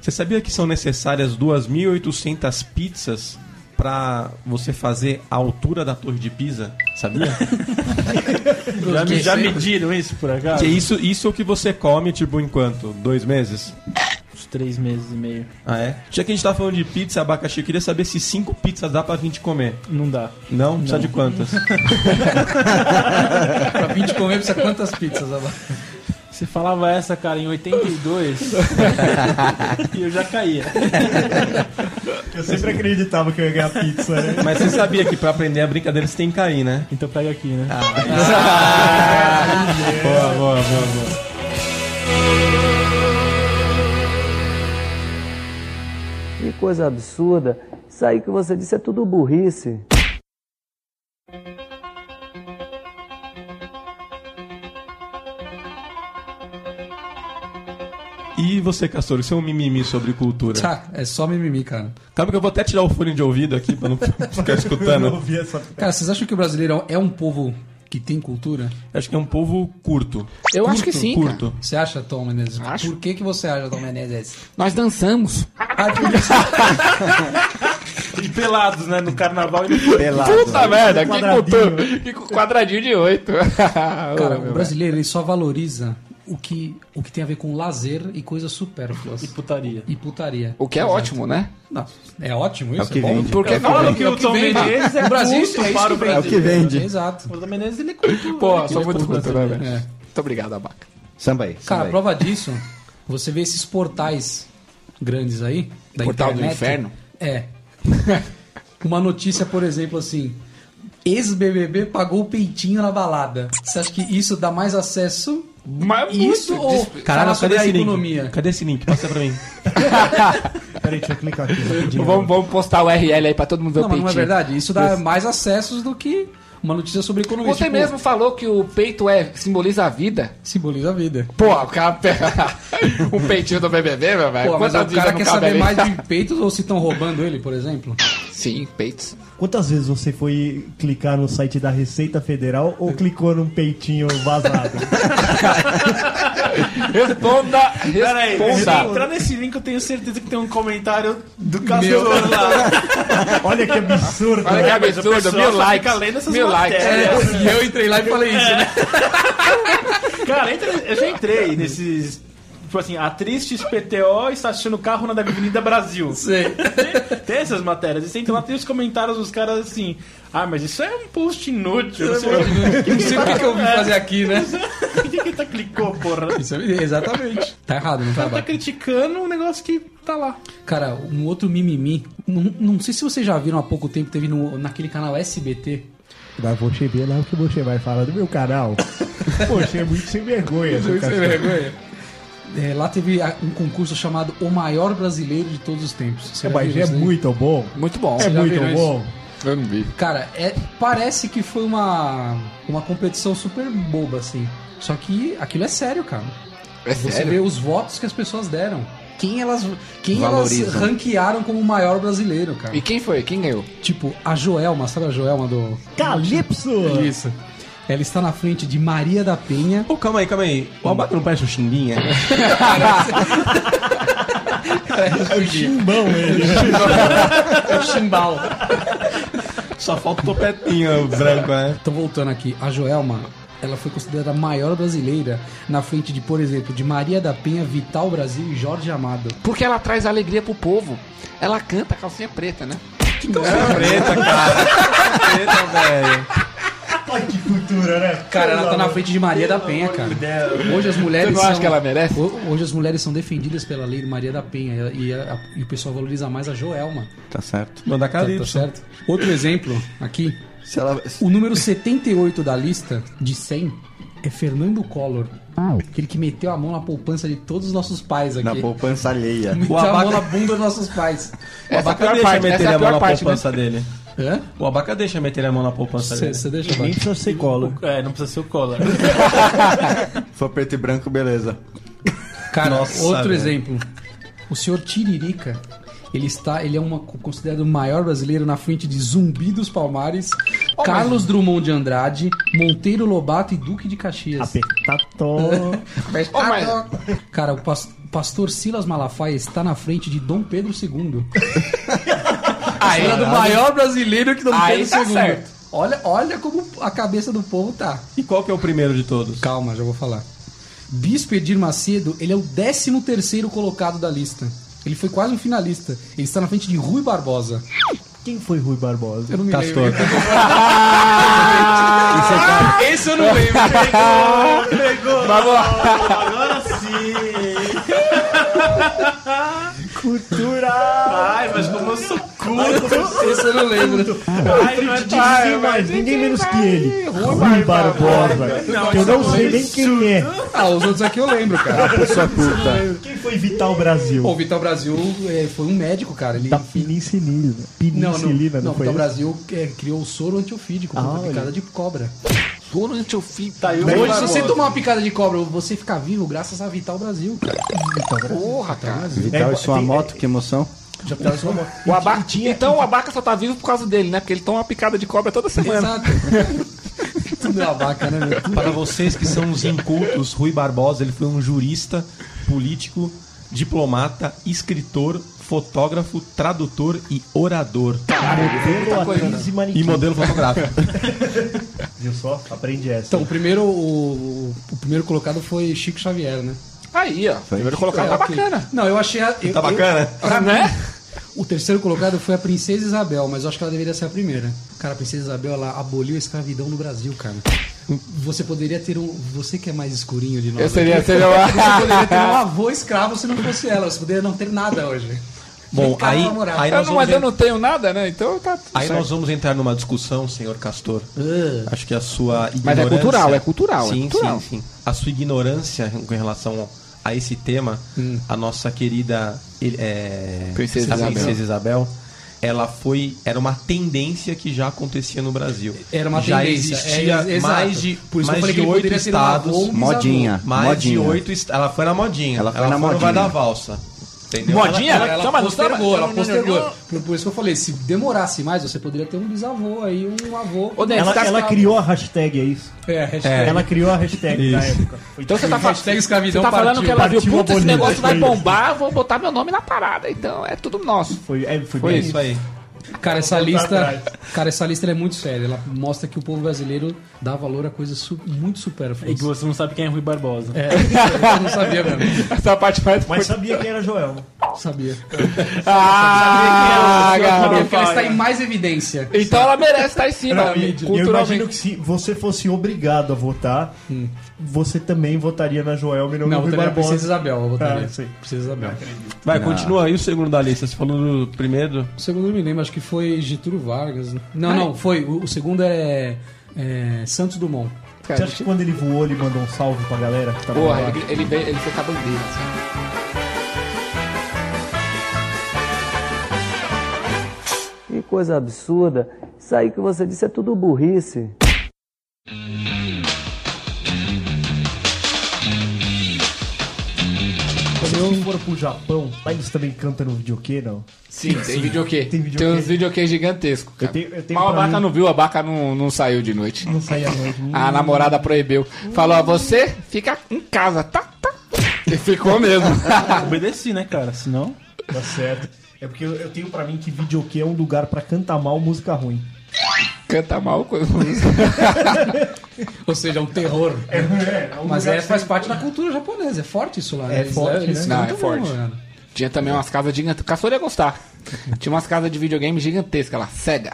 B: Você sabia que são necessárias 2.800 pizzas pra você fazer a altura da torre de Pisa? Sabia?
J: Já,
D: me- já
J: mediram isso por acaso?
B: que isso, isso é o que você come, tipo, enquanto? Dois meses?
J: Uns três meses e meio.
B: Ah, é? Já que a gente tá falando de pizza, Abacaxi, eu queria saber se cinco pizzas dá pra 20 comer.
J: Não dá.
B: Não? Precisa de quantas?
D: Pra vir de comer precisa quantas pizzas lá?
J: Você falava essa, cara, em 82 e eu já caía.
G: Eu sempre acreditava que eu ia ganhar pizza, né?
B: Mas você sabia que pra aprender a brincadeira você tem que cair, né?
J: Então pega aqui, né?
B: Boa, boa, boa, boa.
H: Que coisa absurda. Isso aí que você disse é tudo burrice.
B: E você, Castor, o seu mimimi sobre cultura?
D: Tá, é só mimimi, cara.
B: Calma que eu vou até tirar o fone de ouvido aqui pra não ficar escutando.
D: Cara, vocês acham que o brasileiro é um povo que tem cultura?
B: Acho que é um povo curto.
D: Eu
B: Curto,
D: acho que sim.
B: Curto.
D: cara. Você acha, Tom Menezes? Acho. Por que, que você acha, Tom Menezes?
C: Nós dançamos.
J: E pelados, né? No carnaval ele
F: tá.
C: Puta merda, que
J: Quadradinho.
C: contou? Que co- quadradinho de 8.
D: Cara, o brasileiro ele só valoriza o que, o que tem a ver com lazer e coisas supérfluas. E putaria. E putaria.
C: O que é ótimo, né?
D: Não, é ótimo
C: É
D: isso?
C: o que
D: bom?
C: vende.
D: Porque
C: É o que vende.
J: que o Tom Menezes é
D: O Brasil
J: culto
D: é isso
J: para
D: que vende.
J: o Brasil. É o que
F: vende.
D: Exato.
J: O Tom Menezes ele é cultura.
C: Pô,
J: né?
C: sou
J: Ele é
C: muito
J: cultura
C: puto, né,
J: brasileira.
C: velho? Muito obrigado, Abaca.
F: Samba aí.
D: Cara,
F: Samba
D: a
F: aí.
D: prova disso, você vê esses portais grandes aí. Da
C: Portal do
D: internet,
C: inferno?
D: É. Uma notícia, por exemplo, assim. Ex-BBB pagou o peitinho na balada. Você acha que isso dá mais acesso?
C: Mas é
D: isso
C: muito,
D: ou
C: dis-
D: falar
B: Caralho, cadê
D: sobre a
B: esse
D: economia?
B: link? É, Cadê esse link? Passa pra mim.
J: Peraí, deixa eu clicar aqui. rapidinho.
C: Vamos, vamos postar o URL aí pra todo mundo ver
D: Não,
C: o
D: mas
C: peitinho.
D: não é verdade. Isso dá mais acessos do que uma notícia sobre economia.
C: Você
D: Tipo,
C: mesmo falou que o peito é, simboliza a vida.
D: Simboliza a vida.
C: Pô, o cara pega um peitinho do BBB, meu velho.
D: Pô, mas
C: Quantas
D: o
C: vidas
D: cara quer
C: É, não cabe
D: saber
C: ali?
D: mais de peitos ou se estão roubando ele, por exemplo?
C: Sim, peitos.
G: Quantas vezes você foi clicar no site da Receita Federal ou clicou num peitinho vazado?
C: Responda,
J: Peraí, se eu
C: responda.
J: entrar Ah, nesse link, eu tenho certeza que tem um comentário do Castor lá.
G: Olha que absurdo.
N: né?
C: Olha que
J: É, mas o
C: absurdo,
J: pessoal
C: mil
J: só
C: likes.
J: fica lendo essas
C: Mil likes.
J: matérias.
D: É. E eu entrei lá e falei isso, né?
J: Cara, entra- eu já entrei nesses. Tipo assim, atriz XPTO está assistindo o carro na Avenida Brasil.
D: Sei.
J: Tem- Tem essas matérias. E você entra lá, tem os comentários dos caras assim. Ah, mas isso é um post inútil. Não sei o
D: Não sei o que, que eu vim fazer aqui, né?
J: que- o que que tá clicou, porra.
D: Isso é- exatamente. Tá errado, não
J: O
D: tá,
J: cara tá
D: Baco?
J: criticando um negócio que tá lá.
D: Cara, um outro mimimi. Não, não sei se vocês já viram há pouco tempo, teve no, naquele canal SBT.
N: Mas você vê lá o que você vai falar do meu canal. Poxa, é muito sem vergonha. seu cachorro.
D: vergonha. lá teve a- um concurso chamado O Maior Brasileiro de Todos os Tempos. Você já
N: Mas
D: viu
N: é
D: isso daí?
N: muito bom.
C: Muito bom.
N: É
D: já
N: muito
D: viram
N: bom.
C: Eu não vi.
D: Cara, é- parece que foi uma, uma competição super boba, assim. Só que aquilo é sério, cara.
C: É
D: Você
C: sério?
D: vê os votos que as pessoas deram. Quem elas, quem elas
F: Valorizam.
D: ranquearam como o maior brasileiro, cara.
C: E quem foi? Quem ganhou?
D: Tipo, a Joelma, sabe a Joelma do.
J: Calypso!
D: Isso. Ela está na frente de Maria da Penha.
B: Ô, Oh, calma aí, calma aí. O Abaca não parece o Ximbinha?
N: Chimbão ele.
D: Chimbal.
B: Só falta o topetinho branco, né?
D: Então, voltando aqui, a Joelma, ela foi considerada a maior brasileira na frente de, por exemplo, de Maria da Penha, Vital Brasil e Jorge Amado.
C: Porque ela traz alegria pro povo. Ela canta calcinha preta, né?
B: Preta, cara. Preta, velho.
J: Ai, que cultura, né?
D: Cara, ela tá na frente de Maria da Penha, cara. Hoje as mulheres.
C: Você não
D: são...
C: acha que ela merece?
D: Ho- Hoje as mulheres são defendidas pela lei de Maria da Penha e, a- a- e o pessoal valoriza mais a Joelma.
F: Tá certo.
B: Manda
D: Tá, tá
B: calypso.
D: certo? Outro exemplo aqui.
F: Se ela...
D: O número 78 da lista de 100 é Fernando Collor. Aquele que meteu a mão na poupança de todos os nossos pais aqui.
F: Na poupança alheia.
D: Meteu
B: O
D: a mão
B: abaca-
D: na bunda dos nossos pais.
B: O
C: Essa é a
B: Abaca
C: pior
B: deixa
C: parte, essa
B: meter
C: é a
B: a mão
C: pior
B: na
C: parte, né?
B: poupança dele.
D: Hã?
B: O Abaca deixa meter a mão na poupança dele.
D: Você deixa
G: Nem
D: abaixo.
G: precisa ser colo.
J: É, não precisa ser o Collor.
F: Foi preto e branco, beleza.
D: Cara,
B: Nossa,
D: outro
B: velho.
D: exemplo. O senhor Tiririca, ele está, ele é uma, considerado o maior brasileiro na frente de Zumbi dos Palmares, Carlos Drummond de Andrade, Monteiro Lobato e Duque de Caxias.
G: Apertato.
C: Ô, mas-
D: Cara, o pas- pastor Silas Malafaia está na frente de Dom Pedro II.
C: Aí,
D: Era do maior brasileiro que Dom
C: Aí
D: Pedro
C: tá
D: II.
C: certo.
D: Olha, olha como a cabeça do povo tá.
B: E qual que é o primeiro de todos?
D: Calma, já vou falar. Bispo Edir Macedo, ele é o 13 terceiro colocado da lista. Ele foi quase um finalista. Ele está na frente de Rui Barbosa.
G: Quem foi Rui Barbosa?
D: Eu não me
B: Castor.
D: lembro. Esse eu não lembro.
J: Agora sim! Cultura! Ai, mas como eu sou
O: Curto.
D: Esse eu não lembro.
O: Ah, ele não
G: Ninguém mais, ninguém menos que ele. Rui Barbosa. que eu não sei nem quem é.
D: Ah, os outros aqui eu lembro, cara.
G: Ah, por sua
D: puta.
G: Quem foi Vital Brasil?
D: Pô, o Vital Brasil é, foi um médico, cara. Ele...
G: Da penicilina. né?
D: Não, não,
G: Penicilina,
D: não,
G: não
D: o
G: foi
D: Vital
G: isso?
D: Brasil é, criou o soro antiofídico
G: Ah,
D: contra a
G: olha.
D: picada de cobra. Soro antiofídico. Tá,
O: eu vou
D: Hoje, se
O: agora.
D: você tomar uma picada de cobra, você fica vivo graças a Vital Brasil, cara. Porra, cara.
B: É
F: Vital e sua é moto, que emoção.
D: Já Vital e sua moto.
C: O abaca, então o abaca só tá vivo por causa dele, né? Porque ele toma uma picada de cobra toda semana.
D: Tudo é abaca, né, meu?
B: Para vocês que são os incultos, Rui Barbosa ele foi um jurista, político, diplomata, escritor, fotógrafo, tradutor e orador.
G: Modelo, atriz e manequim.
B: E modelo fotográfico.
G: Viu só? Aprende essa.
D: Então, o primeiro, o, o primeiro colocado foi Chico Xavier, né?
C: Tá Aí, ó. Primeiro colocado tá
D: ok.
C: bacana.
D: Não, eu achei. a- eu-
B: Tá
D: eu-
B: bacana?
D: pra mim, o terceiro colocado foi a Princesa Isabel, mas eu acho que ela deveria ser a primeira. Cara, a Princesa Isabel, ela aboliu a escravidão no Brasil, cara. Você poderia ter um. Você que é mais escurinho de nós.
C: Eu seria-
D: aqui,
C: seria uma-
D: Você poderia ter um avô escravo se não fosse ela. Você poderia não ter nada hoje.
B: Bom,
D: Cara,
B: aí,
D: na moral.
B: aí
C: Eu
B: nós
C: não- mas
B: vamos
C: eu
B: en-
C: não tenho nada, né? Então tá tudo
B: aí
C: certo.
B: nós vamos entrar numa discussão, senhor Castor.
D: Ah.
B: Acho que a sua ignorância.
C: Mas é cultural, é cultural, é
B: Sim,
C: cultural.
B: sim, sim. A sua ignorância com relação a esse tema, a nossa querida ele- é,
C: Princesa
B: a
C: Isabel.
B: princesa Isabel, ela foi. Era uma tendência que já acontecia no Brasil.
D: Era uma
B: já
D: tendência,
B: existia
D: é, exato.
B: mais de,
D: Por isso que
B: mais
D: eu falei
B: de
D: que ele
B: oito
D: poderia ser um avô, um
B: estados.
D: bisavô. Modinha,
B: Mais de
F: modinha.
B: oito estados. Ela foi na modinha.
F: Ela foi na
B: no
F: modinha.
B: vai da valsa. Entendeu?
C: Modinha?
D: Ela, ela
C: Não, mas não tá-
D: postergou,
C: não, não,
D: ela
C: não,
D: postergou.
C: não.
D: Por, por isso que eu falei, se demorasse mais, você poderia ter um bisavô aí, um avô.
C: Ô, Denis,
G: Ela,
C: tá-
G: ela criou a hashtag, é isso?
D: É, hashtag.
G: Ela criou a hashtag na
B: Isso.
G: época. Foi tipo,
C: Então você tá,
G: tudo.
C: fa-
D: Hashtag escravidão
C: você tá falando
D: partiu.
C: que ela viu,
G: Partiu
C: puta, esse
G: abolir,
C: negócio
G: foi
C: vai
G: isso.
C: bombar, vou botar meu nome na parada. Então é tudo nosso.
G: Foi, é, foi,
C: Foi
G: bem
B: Isso aí.
D: Cara, essa
G: Voltar
D: lista,
G: atrás.
D: cara, essa lista ela é muito séria. Ela mostra que o povo brasileiro dá valor a coisas su- muito supérfluas.
J: E que você não sabe quem é Rui Barbosa.
D: É, eu não sabia mesmo.
C: Essa parte mais.
G: Mas sabia quem era Joelma.
D: Sabia. é
C: Ah, garoto.
D: porque ela está em mais evidência.
C: Então ela merece estar em cima,
G: Não, e- eu imagino que
C: culturalmente.
G: se você fosse obrigado a votar, você também votaria na Joelma e não,
D: Não, eu
G: no Rui
D: votaria a
G: Barbosa.
D: Princesa Isabel. Eu votaria.
G: Ah, sim.
D: Princesa Isabel.
B: Vai, continua aí o segundo da lista. Você falou no primeiro.
D: O segundo eu me lembro, acho que foi Getúlio Vargas. né? Não, não, foi. O, o segundo é, é Santos Dumont.
G: Você
C: Cara,
G: acha que quando ele voou, ele mandou um salve pra galera que tava
C: Porra,
G: lá?
C: ele, ele, veio- ele foi com a bandeira. Assim.
H: Que coisa absurda. Isso aí que você disse é tudo burrice.
G: Quando eu for pro Japão, lá eles também cantam no videokê, não?
C: Sim, tem videokê.
G: Tem
C: Tem,
G: videokê.
C: uns videokê gigantescos.
G: Eu
C: Cara.
G: tenho, eu tenho
C: Mas o
G: pra
C: Abaca
G: mim-
C: não viu, o Abaca não, não saiu de noite.
G: não saía mais.
C: A namorada proibiu. Falou, "Ó, você fica em casa, tá? tá. E ficou mesmo.
O: Obedeci, né, cara? Senão.
G: Tá certo. É porque eu, eu tenho pra mim que videokê é um lugar pra cantar mal música ruim.
C: Canta mal com
D: Ou seja, é um terror.
G: É, um
D: Mas
G: lugar
D: é,
G: que
D: faz
G: você-
D: parte da cultura japonesa. É forte isso lá.
G: É forte, né?
C: Não,
D: cantam
C: é forte.
D: mesmo, mano.
C: Tinha também umas casas gigantescas. Castor ia gostar. Tinha umas casas de videogame gigantescas lá, cega.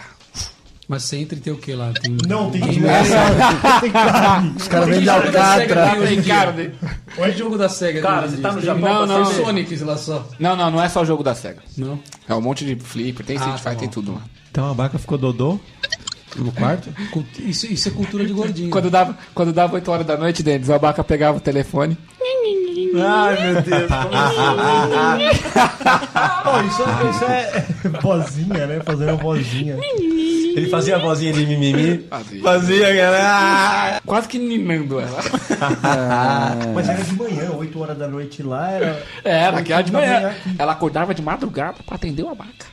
D: Mas você entra e tem o que lá? Tem...
G: Não, tem que Tem carne. Os caras
D: Tem jogo da SEGA tem hoje em dia.
C: Ricardo, hein?
D: Tem jogo da SEGA.
O: Cara,
D: tem
O: você
D: hoje
O: tá
D: em
O: no
D: dia.
O: Japão
C: pra
D: Não, não.
C: saber.
D: Tem Sonic lá só.
C: Não, não, não é só jogo da SEGA.
D: Não.
C: É um monte de flipper, tem Street
D: Ah, tá
C: Fighter, tem
D: bom.
C: tudo lá.
B: Então a vaca ficou dodô no quarto?
D: Cultu- Isso, isso é cultura de gordinho.
C: Quando dava, quando dava 8 horas da noite, Denis, o Abaca pegava o telefone.
O: Ai, meu Deus.
G: Pô, isso é, isso é vozinha, né? Fazendo vozinha.
B: Ele fazia a vozinha de mimimi.
C: Fazia.
B: Fazia, galera.
C: Quase que ninando ela.
F: É.
G: Mas era de manhã, 8 horas da noite lá era.
C: Era, É, que era de
G: Da
C: manhã.
G: aqui.
C: Ela acordava de madrugada pra atender o Abaca.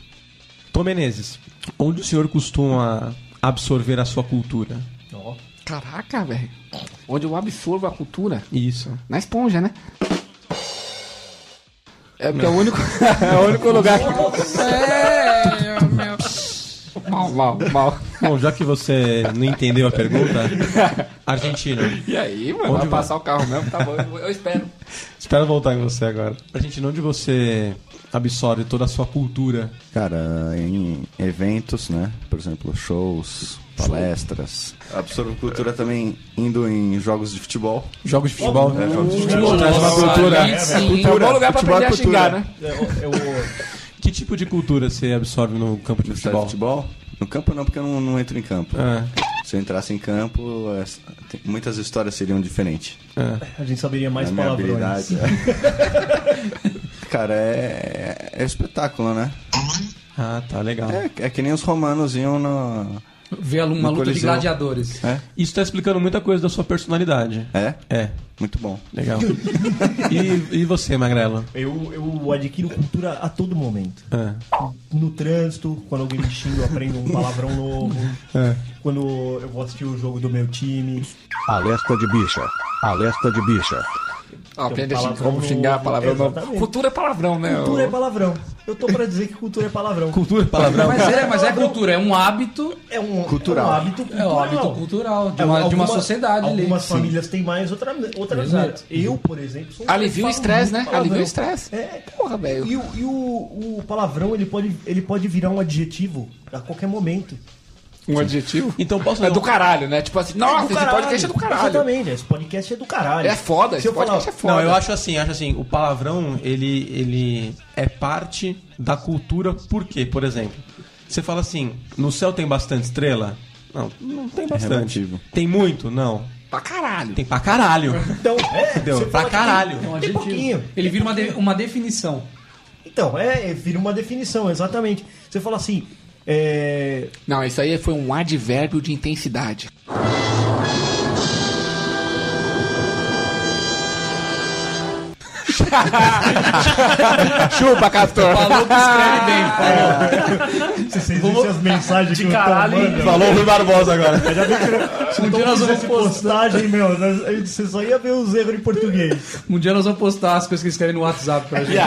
B: Tom Menezes, onde o senhor costuma absorver a sua cultura?
G: Ó,
C: Caraca, velho. Onde eu absorvo a cultura.
B: Isso.
C: Na esponja, né? É porque é o único, é o único lugar que. É, meu. Mal, mal, mal.
B: Bom, já que você não entendeu a pergunta, Argentina,
C: E aí, mano?
B: Onde
C: vai
B: vai?
C: passar o carro mesmo? Tá bom, eu, eu espero.
B: espero voltar em você agora. Argentina, onde você absorve toda a sua cultura?
F: Cara, em eventos, né? Por exemplo, shows, palestras. Absorvo cultura também indo em jogos de futebol.
B: Jogos de futebol?
F: É, jogos de futebol.
B: Traz uma
C: Nossa,
B: cultura.
C: aí sim. É um bom lugar pra
F: Futebol
C: aprender
F: é
C: a
F: cultura.
C: xingar, né?
G: eu, eu,
B: Que tipo de cultura você absorve no campo de
F: estádio de
B: futebol?
F: futebol? No campo não, porque eu não, não entro em campo.
B: Ah.
F: Se eu entrasse em campo, as- tem- muitas histórias seriam diferentes.
J: A gente saberia mais
F: Na É minha
J: palavrões.
F: habilidade, Cara, é, é espetáculo, né?
B: Ah, tá legal.
F: É, é que nem os romanos iam no.
D: Ver uma
F: no
D: luta de
F: Coliseu.
D: gladiadores.
F: É?
B: Isso tá explicando muita coisa da sua personalidade.
F: É?
B: É.
F: Muito bom.
B: Legal. e, e você, Magrela?
G: Eu, eu adquiro cultura a todo momento.
B: Ah.
G: No trânsito, quando alguém me xinga, eu aprendo um palavrão novo.
B: É.
G: Quando eu vou assistir o jogo do meu time.
P: Alerta de bicha. Alerta de bicha.
G: Ah,
C: aprende
G: tem um
C: a xingar- como
G: palavrão
C: xingar
G: novo.
C: palavrão novo.
G: Exatamente.
C: Cultura é palavrão, né?
G: Cultura
C: ô?
G: é palavrão. Eu tô pra dizer que cultura é palavrão.
B: Cultura é palavrão.
D: Mas é, mas é cultura, é um hábito.
G: É um,
D: Cultural.
G: é um hábito
D: É
G: cultural. É,
D: um hábito cultural de uma, de uma
G: Alguma-
D: sociedade ali.
G: Algumas
D: Sim.
G: famílias têm mais, outra- outras
D: Exato.
G: menos. Eu, por exemplo, sou um cara que
C: Alivia o
G: falo
C: estresse,
G: muito
C: né?
G: palavrão.
C: Alivia o estresse.
G: É.
C: Porra, velho.
G: E, o, e o- o palavrão, ele pode, ele pode virar um adjetivo a qualquer momento.
C: Um adjetivo?
B: Então posso
C: É do caralho, né? Tipo assim,
G: É
C: nossa,
G: do
C: esse
G: caralho.
C: podcast é do caralho.
G: Exatamente, esse podcast é do caralho.
C: É foda,
G: Se
C: esse
G: eu falar,
C: podcast é foda.
B: Não, eu acho assim, acho assim, o palavrão, ele, ele é parte da cultura, por quê? Por exemplo, você fala assim, no céu tem bastante estrela? Não, não tem bastante.
F: É relativo.
B: tem muito? Não.
C: Pra caralho.
B: Tem pra caralho.
G: Então, é,
B: Entendeu?
G: você
B: Pra
G: fala que
B: caralho.
G: Tem,
D: Um
G: tem
D: adjetivo.
G: pouquinho.
D: Ele vira uma, de- uma definição.
G: Então, é, é, vira uma definição, exatamente. Você fala assim, é,
C: Não, isso aí foi um advérbio de intensidade. Chupa, Castor.
D: Falou que escreve bem, falou.
G: Se vocês vissem as mensagens
J: De
G: que eu tô
J: caralho,
G: mandando.
B: Falou o Rui Barbosa agora.
D: Então
G: Se um dia nós vamos postagem, meu, nós- você só ia ver os erros de português.
D: Um dia nós vamos postar as coisas que eles querem no WhatsApp pra gente.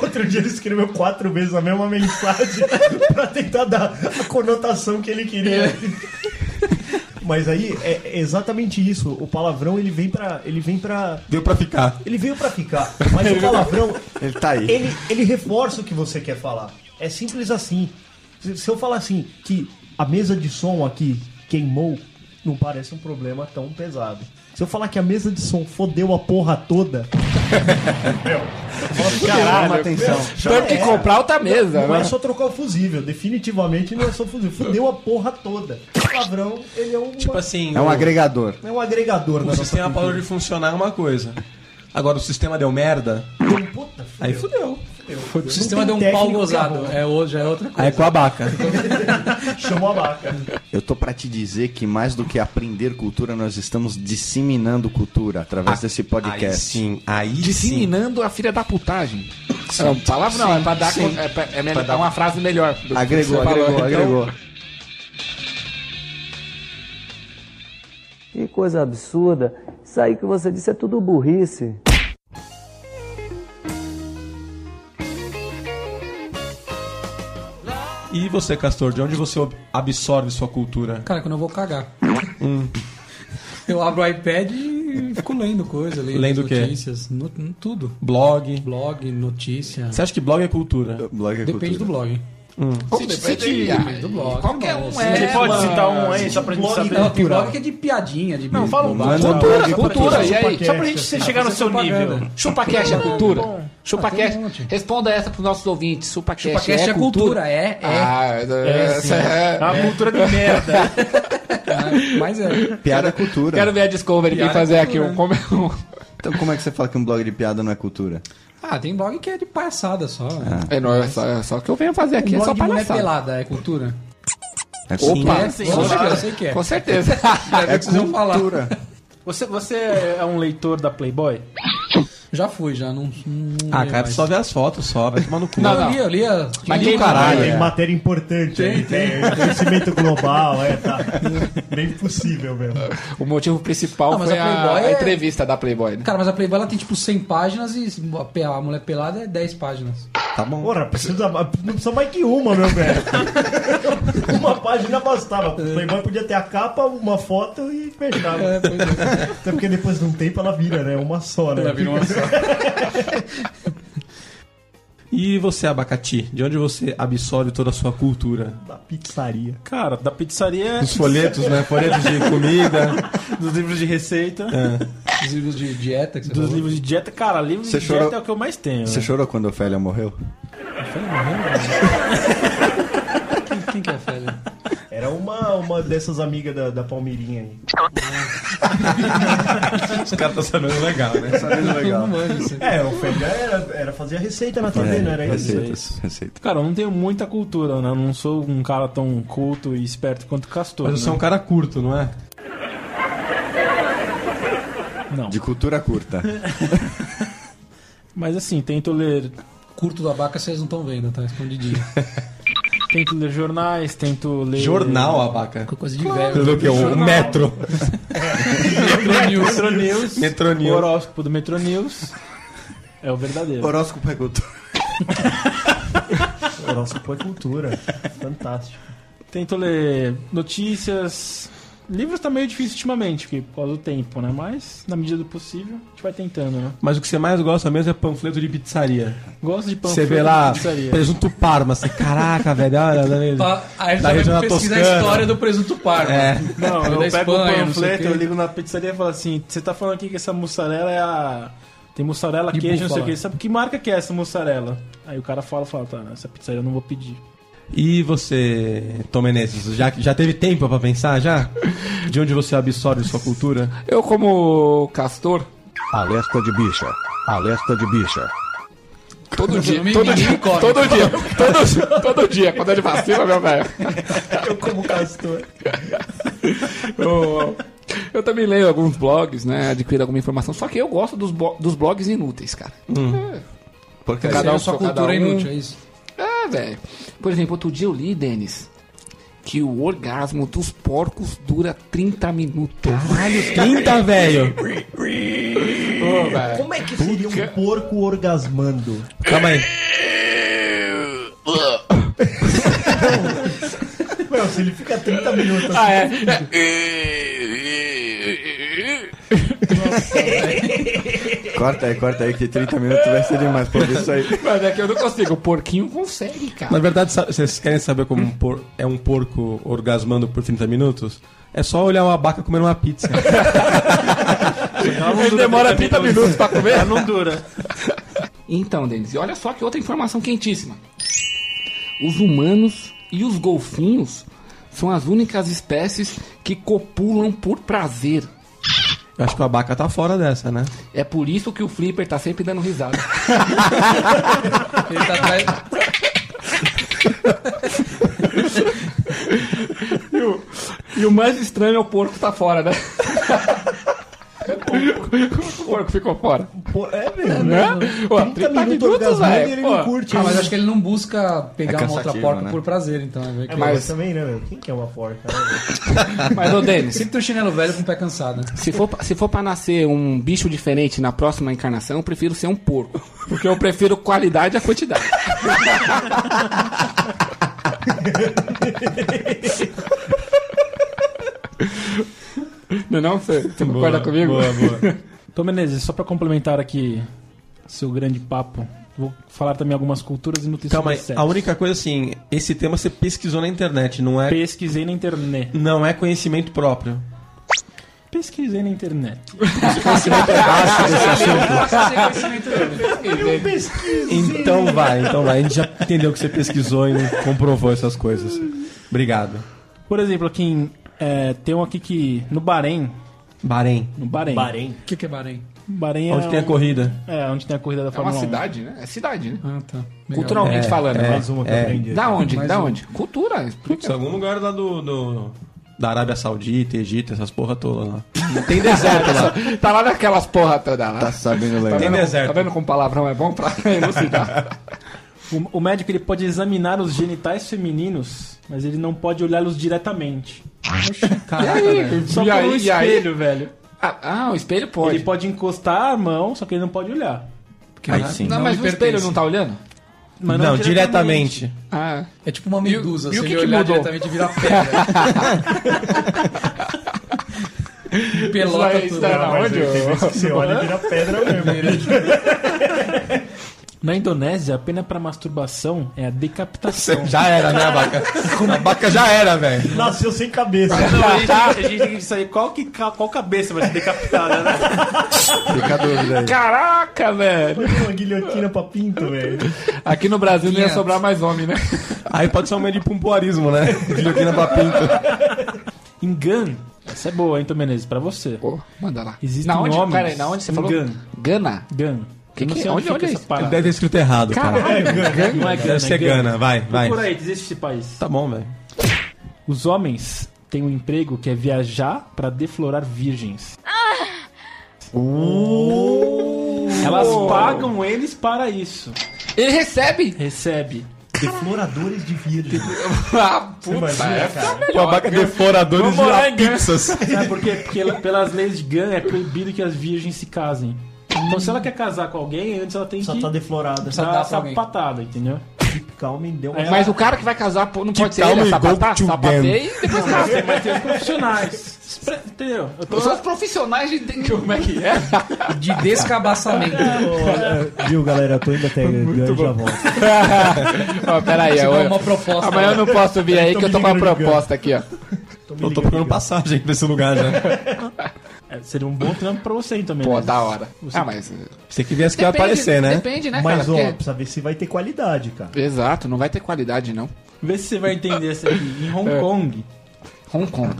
G: Outro dia ele escreveu quatro vezes a mesma mensagem pra tentar dar a conotação que ele queria. Mas aí é exatamente isso. O palavrão ele vem pra. ele vem para
B: Deu pra ficar.
G: ele veio pra ficar. Mas o palavrão
F: Ele tá aí.
G: ele, ele reforça o que você quer falar. É simples assim. Se se eu falar assim, que a mesa de som aqui queimou, não parece um problema tão pesado. Se eu falar que a mesa de som fodeu a porra toda. meu,
F: Caralho, Chama atenção.
C: né? Tanto que comprar outra mesa,
G: Não
C: né?
G: é só trocar o fusível, definitivamente não é só fusível. Fudeu a porra toda. O palavrão, ele é um.
B: Tipo assim,
F: É um agregador.
G: É um agregador
D: assim,
G: na
B: o
G: nossa
B: sistema parou de funcionar é uma coisa. Agora, o sistema deu merda, aí fudeu.
D: O sistema deu
G: Não
D: um
G: tem
D: pau
G: técnica,
D: gozado.
G: mano.
D: É hoje, é outra coisa.
B: Aí com a baca.
G: Chamou a vaca.
F: Eu tô pra te dizer que mais do que aprender cultura, nós estamos disseminando cultura através desse podcast.
B: Aí sim, aí sim.
C: Disseminando a filha da putagem. Não, palavra não, é pra dar.
F: sim.
C: É, pra- é melhor-
F: Pra dar-
C: é uma frase melhor. do que
F: Agregou,
C: você falou.
F: agregou,
C: Então,
F: agregou.
H: Que coisa absurda. Isso aí que você disse é tudo burrice.
B: E você, Castor, de onde você ob- absorve sua cultura?
D: Cara, quando eu vou cagar.
B: Hum.
D: Eu abro o iPad e fico lendo coisa, lendo,
B: Lendo o quê?
D: notícias, no- no tudo.
B: Blog.
D: Blog, notícia.
B: Você acha que blog é cultura?
F: Blog é
D: Depende do blog.
C: Como depende? Ah,
D: Do blog.
C: Qualquer
D: irmão.
C: um
D: Se
C: é.
J: Você pode citar um aí, só pra gente
G: Blog
J: saber.
D: Não, tem blog que é de piadinha, de
J: Não, fala um
D: bobagem.
J: cultura,
C: Cultura, cultura,
J: só
C: e
J: pra-
C: aí?
J: Só pra gente chegar no seu
D: propaganda.
J: nível.
C: ChupaCast é cultura?
D: Ah,
C: ChupaCast.
D: tem um monte.
C: Responda essa pros nossos ouvintes. ChupaCast,
D: ChupaCast é cultura, é, é.
C: Ah,
J: sim.
C: essa é.
J: É uma cultura de merda.
D: Mas é.
F: Piada é cultura.
C: Quero ver a Discovery
D: Piada
C: quem fazer
D: é
C: aqui um. como é um-
F: Então como é que você fala que um blog de piada não é cultura?
D: Ah, tem blog que é de palhaçada só.
C: É, não, é só, é só que eu venho fazer aqui, é
D: blog
C: só
D: Um de mulher
C: palhaçada.
D: pelada, é cultura?
F: É
C: Opa,
D: Sim,
C: com
D: lógico, eu
C: certeza.
D: sei que é.
C: Com certeza.
D: Mas
F: É
D: vocês vão falar.
F: cultura.
J: Você, você é um leitor da Playboy?
D: Já fui, já não. não
B: Ah,
D: li
B: cara,
D: mais.
B: só ver as fotos só, vai tomar no cu.
D: Não,
C: Não,
D: eu
C: não.
D: li, eu li. a-
C: Mas
D: li
C: quem-
D: o cara.
C: Caralho,
G: Ah, tem
C: é.
G: matéria importante. Tem, tem. Conhecimento global, é, tá. Bem possível mesmo.
C: O motivo principal
D: Não, mas
C: foi
D: a
C: a,
D: Playboy
C: a
D: é-
C: entrevista da Playboy. Né?
D: Cara, mas a Playboy ela tem tipo 100 páginas e a pe- a mulher pelada é 10 páginas.
F: Tá bom.
G: Porra, precisa, não precisa mais que uma, meu velho. uma página bastava. O Playboy podia ter a capa, uma foto e fechava.
D: É,
G: Até porque depois de um tempo ela vira, né? Uma só, né?
B: E você, Abacati, de onde você absorve toda a sua cultura?
G: Da pizzaria.
J: Cara, da pizzaria,
B: Dos folhetos, né? Folhetos de comida.
J: dos livros de receita.
D: Dos livros de dieta que você
J: Dos
D: falou.
J: livros de dieta, cara, livro
F: Você
J: de
F: chorou-
J: dieta é o que eu mais tenho.
F: Você
J: né?
F: chorou quando a Ofélia morreu?
D: Quem que é a Ofélia?
G: Era uma, uma dessas amigas da, da Palmeirinha aí.
B: Os caras estão sabendo legal, né?
G: Sabendo legal.
B: Não manjo, sim.
G: É, o Feijão era, era fazer a É, receita na TV, não era isso?
F: receitas, receitas.
J: Cara, eu não tenho muita cultura, né? Eu não sou um cara tão culto e esperto quanto o Castor.
B: Mas
J: né?
B: você é um cara curto, não é?
J: Não.
F: De cultura curta.
J: Mas assim, tento ler.
D: Curto da vaca vocês não estão vendo, tá? Escondidinho.
J: tento ler jornais, tento ler.
B: Jornal, abaca.
J: Ficou
D: coisa
B: de velho. Pelo que é um metro.
J: Metro News. Metro News.
B: Metro News.
J: O horóscopo do Metro News. É o verdadeiro.
F: Horóscopo é cultura.
G: Horóscopo é cultura. Fantástico.
J: Tento ler notícias. Livros tá meio difícil ultimamente, porque por causa do tempo, né? Mas, na medida do possível, a gente vai tentando, né?
B: Mas o que você mais gosta mesmo é panfleto de pizzaria.
J: Gosto de
B: Você
J: panfleto
B: vê lá,
J: de pizzaria.
B: presunto parma, você, caraca, velho, olha,
D: Tá, aí
B: da,
D: você
B: da
D: vai
B: região da
D: pesquisar
B: Toscana.
D: a história do presunto parma.
B: É.
J: Não,
D: Da
J: eu pego o
D: Espanha, não sei o
J: panfleto,
D: quê.
J: eu ligo na pizzaria e falo assim: você tá falando aqui que essa mussarela é a. Tem mussarela,
D: De
J: queijo, não sei
D: búfala.
J: o que. Sabe que marca que é essa mussarela? Aí o cara fala, fala, tá, essa pizzaria eu não vou pedir.
B: E você, Tom Menezes, já, já teve tempo pra pensar já? De onde você absorve sua cultura?
C: Eu, como castor,
Q: Alerta de bicha. Alerta de bicha.
C: todo dia,
Q: Me-
C: todo
Q: me-
C: dia,
Q: me corre.
C: todo dia, todo dia, todo dia, quando ele vacila, meu velho.
G: Eu como castor.
C: Eu, eu também leio alguns blogs, né? Adquiro alguma informação. Só que eu gosto dos, bo- dos blogs inúteis, cara. É.
F: Porque
C: Cada um
D: sua
C: só, cada
D: cultura é
C: um.
D: inútil, é isso?
C: É, velho. Por exemplo, outro dia eu li, Denis, que o orgasmo dos porcos dura 30 minutos. Caralho,
B: 30, velho.
G: Como é que seria um porco orgasmando?
B: Calma aí.
G: Meu, se ele fica 30 minutos assim.
C: Ah, é.
F: Corta aí, corta aí, que 30 minutos vai ser demais pra ouvir isso aí.
C: Mas é que eu não consigo. O porquinho consegue, cara.
B: Na verdade, sabe- vocês querem saber como um por- é um porco orgasmando por 30 minutos? É só olhar uma abaca comendo uma pizza.
J: Ela não
C: Ele
J: dura
C: demora 30 minutos pra comer?
J: Ela não dura.
C: Então, Denis, e olha só que outra informação quentíssima. Os humanos e os golfinhos são as únicas espécies que copulam por prazer.
B: Eu acho que o abaca tá fora dessa, né?
C: É por isso que o Flipper tá sempre dando risada.
D: Ele tá atrás.
C: E o, e o mais estranho é o porco tá fora, né? o porco ficou fora.
G: Pô, é mesmo.
C: Né? Ó,
G: 30 minutos orgasmando e ele não
C: pô.
G: curte.
D: Ah,
G: hein?
D: mas acho que ele não busca pegar uma outra
G: cansativo,
D: porca
G: né?
D: por prazer, então. É, meio
G: É,
D: que-
G: mas, também, né, meu? Quem que é uma porca?
C: Mas, ô, Denis,
D: Sempre tem um chinelo velho com o pé cansado. né?
C: Se for, pra- se for pra nascer um bicho diferente na próxima encarnação, eu prefiro ser um porco. Porque eu prefiro qualidade à quantidade. Não é não? Você, você concorda comigo?
J: Tom Então, Menezes, só pra complementar aqui seu grande papo, vou falar também algumas culturas e notícias
B: Calma aí.
J: sobre sexo.
B: A única coisa, assim, esse tema você pesquisou na internet, não é...
J: Pesquisei na internet.
B: Não é conhecimento próprio.
J: Pesquisei na internet. é
G: Eu pesquiso.
B: Então vai, então vai. A gente já entendeu que você pesquisou e não comprovou essas coisas. Obrigado.
J: Por exemplo, aqui em, é, tem um aqui que. No Bahrein.
B: Bahrein.
J: No Bahrein.
G: Bahrein.
D: O que, que é Bahrein?
J: Bahrein é
B: Onde tem a corrida.
J: É, onde tem a corrida da
C: É uma
J: Fórmula 1.
C: cidade, né? É cidade, né?
D: Ah, tá. Legal.
C: Culturalmente
B: É,
C: falando.
B: é,
C: mais
G: uma que
B: é.
G: eu aprendi.
C: Da onde?
D: Mais
C: da
D: um.
C: onde? Cultura.
B: Putz, algum lugar lá do, do- Da Arábia Saudita, Egito, essas porra toda lá. Tem deserto lá.
C: Tá lá naquelas porra toda lá.
F: Tá sabendo
C: Tá
F: legal.
B: Tem
C: vendo,
B: deserto.
C: tá vendo como palavrão é bom pra elucidar?
J: O, o médico ele pode examinar os genitais femininos, mas ele não pode olhá-los diretamente.
B: Caraca, velho.
J: Só
C: E
J: por
C: aí,
J: um
C: e aí?
J: espelho, velho.
C: Ah, ah, o espelho pode.
J: Ele pode encostar a mão, só que ele não pode olhar.
B: Aí sim.
C: Não,
D: Não
C: mas
D: lhe
C: o espelho
D: pertence.
C: não tá olhando?
J: Mas
B: não, diretamente.
C: Ah, é.
D: É tipo uma medusa.
C: e
D: se
C: o que
D: ele
C: que
D: olhar
C: mudou?
D: diretamente vira pedra. Pelota
C: Isso aí,
D: tudo.
C: isso aí.
G: Ah, mas
C: Onde,
J: é
G: tem
C: ô?
G: vezes que você olha e vira pedra mesmo.
J: Na Indonésia, a pena pra masturbação é a decapitação.
B: Já era, né, Abaca? Abaca já era, velho.
G: Nasceu sem cabeça.
J: Não, a, gente, a gente tem que saber qual, que, ca- qual cabeça vai ser decapitada, né?
F: Fica a dúvida aí.
C: Caraca, velho!
G: Uma guilhotina pra pinto, velho.
C: Aqui no Brasil não ia
B: 500.
C: sobrar mais homem, né?
B: Aí pode ser uma de pompoarismo, né? Guilhotina pra pinto.
J: Engan. Essa é boa, hein, Tom Menezes? Pra você.
C: Manda lá.
J: Existem
D: um
C: Na onde?
J: homens.
C: Pera aí, na onde você falou?
J: Gan.
C: Gana.
J: Gan.
C: Que
J: Eu não
C: que-
J: sei
C: onde-
J: fica
C: onde é
J: essa
C: isso?
J: parada.
B: Deve ter escrito errado, cara.
J: É, Gana. Não é Gana.
B: Deve ser
J: é
B: Gana, vai, vai.
J: Por aí, desiste esse país.
B: Tá bom, velho.
J: Os homens têm um emprego que é viajar pra deflorar virgens. Elas pagam eles para isso.
C: Ele recebe!
J: Recebe.
G: Defloradores de virgem.
C: Ah, puta,
G: imagina,
C: é
G: cara?
C: fica
B: O
C: melhor.
B: Abaca deforadores
J: Vamos
B: de
J: morar em Gana.
B: pizzas.
J: Sabe por quê? Porque ela- pelas leis de Gun é proibido que as virgens se casem. Então se ela quer casar com alguém, antes ela tem
G: Só
J: que
G: tá deflorada.
J: dar
C: dá
J: a
C: pra alguém.
J: sapatada, entendeu?
G: Deep Calm deu um uma...
J: É,
C: Mas o cara que vai casar pô, não pode ser
B: calma
C: ele, é
B: e
C: sapatar,
B: go to
C: sapatei e depois
J: Mas
C: casa.
J: tem- mas tem os profissionais. Pra- Entendeu? Eu tô...
C: São os profissionais de... de- Como é que é?
D: De descabaçamento.
G: Viu, galera? Eu tô indo até Gun e já volto.
C: Ó, pera aí,
D: Você
C: ó,
D: dá É uma proposta.
C: amanhã eu não posso vir aí
G: Tô
C: que eu tô com
G: me
C: uma
G: ligando,
C: proposta aqui, ó.
B: Eu tô procurando passagem pra esse lugar já.
J: É, seria um bom trampo pra você também.
C: Pô,
J: né?
C: da hora. Ah, mas...
B: Você que viesse que ia
C: Depende-
B: aparecer, né?
C: Depende, né,
G: Mas, ó,
C: cara? Porque-
G: precisa ver se vai ter qualidade, cara.
C: Exato, não vai ter qualidade, não.
J: Vê se você vai entender essa aqui. Em Hong
C: É.
J: Kong,
C: Hong Kong.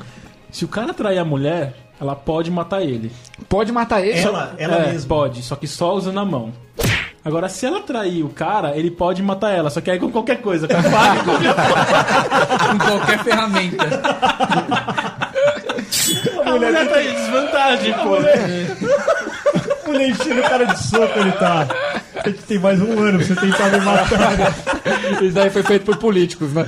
J: se o cara trair a mulher, ela pode matar ele.
C: Pode matar ele.
G: Ela, ela
J: é,
G: mesma.
J: Pode, só que só usando a mão. Agora, se ela trair o cara, ele pode matar ela, só que aí com qualquer coisa, com faca,
D: Com
J: com
D: qualquer ferramenta.
J: A mulher tá em desvantagem, pô.
G: Mulher enchendo o cara de soco, ele tá. A gente tem mais um ano pra você tentar me matar.
C: Isso daí foi feito por políticos, né?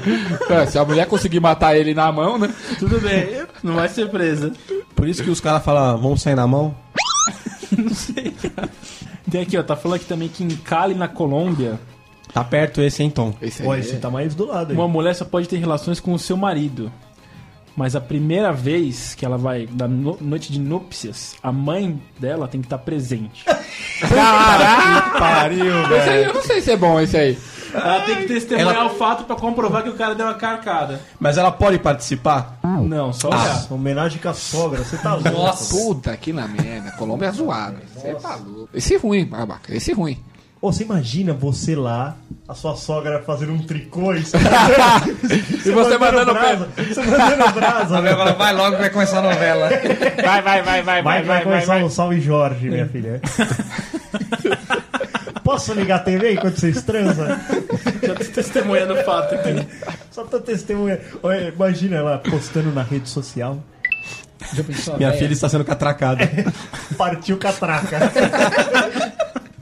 C: É, se a mulher conseguir matar ele na mão, né?
J: Tudo bem, não vai ser presa.
B: Por isso que os caras falam, "Ah, vamos sair na mão.
J: Tem aqui, ó, tá falando aqui também que em Cali, na Colômbia,
B: Tá perto esse, hein, Tom?
C: Esse
G: Olha,
C: aí.
G: você tá mais do lado
J: uma
G: aí.
J: mulher só pode ter relações com o seu marido. Mas a primeira vez que ela vai da no- noite de núpcias, a mãe dela tem que estar presente.
B: Pariu,
C: Esse aí eu não sei se é bom esse aí.
J: Ela tem que testemunhar
B: Ela-
J: o fato pra comprovar que o cara deu uma carcada. Ah.
B: Mas ela pode participar?
J: Não, só
C: Ah,
J: olhar.
G: Nossa, É. homenagem com a sogra, você tá louco.
C: Puta que na merda. Colômbia é zoada. Você tá louco. Esse ruim, babaca. Esse é ruim.
G: Ô, você imagina você lá, a sua sogra fazendo um tricô e você,
C: E você mandando
G: brasa. Você mandando brasa. né?
D: vai logo vai começar a novela.
C: Vai, vai, vai, vai, É.
G: Vai, vai, vai, um salve Jorge, minha filha. Posso ligar a TV enquanto vocês transam?
J: Já tô testemunhando o fato aqui.
G: Só pra testemunhar. Olha, Imagina ela postando na rede social.
B: Minha filha está sendo catracada.
G: Partiu catraca.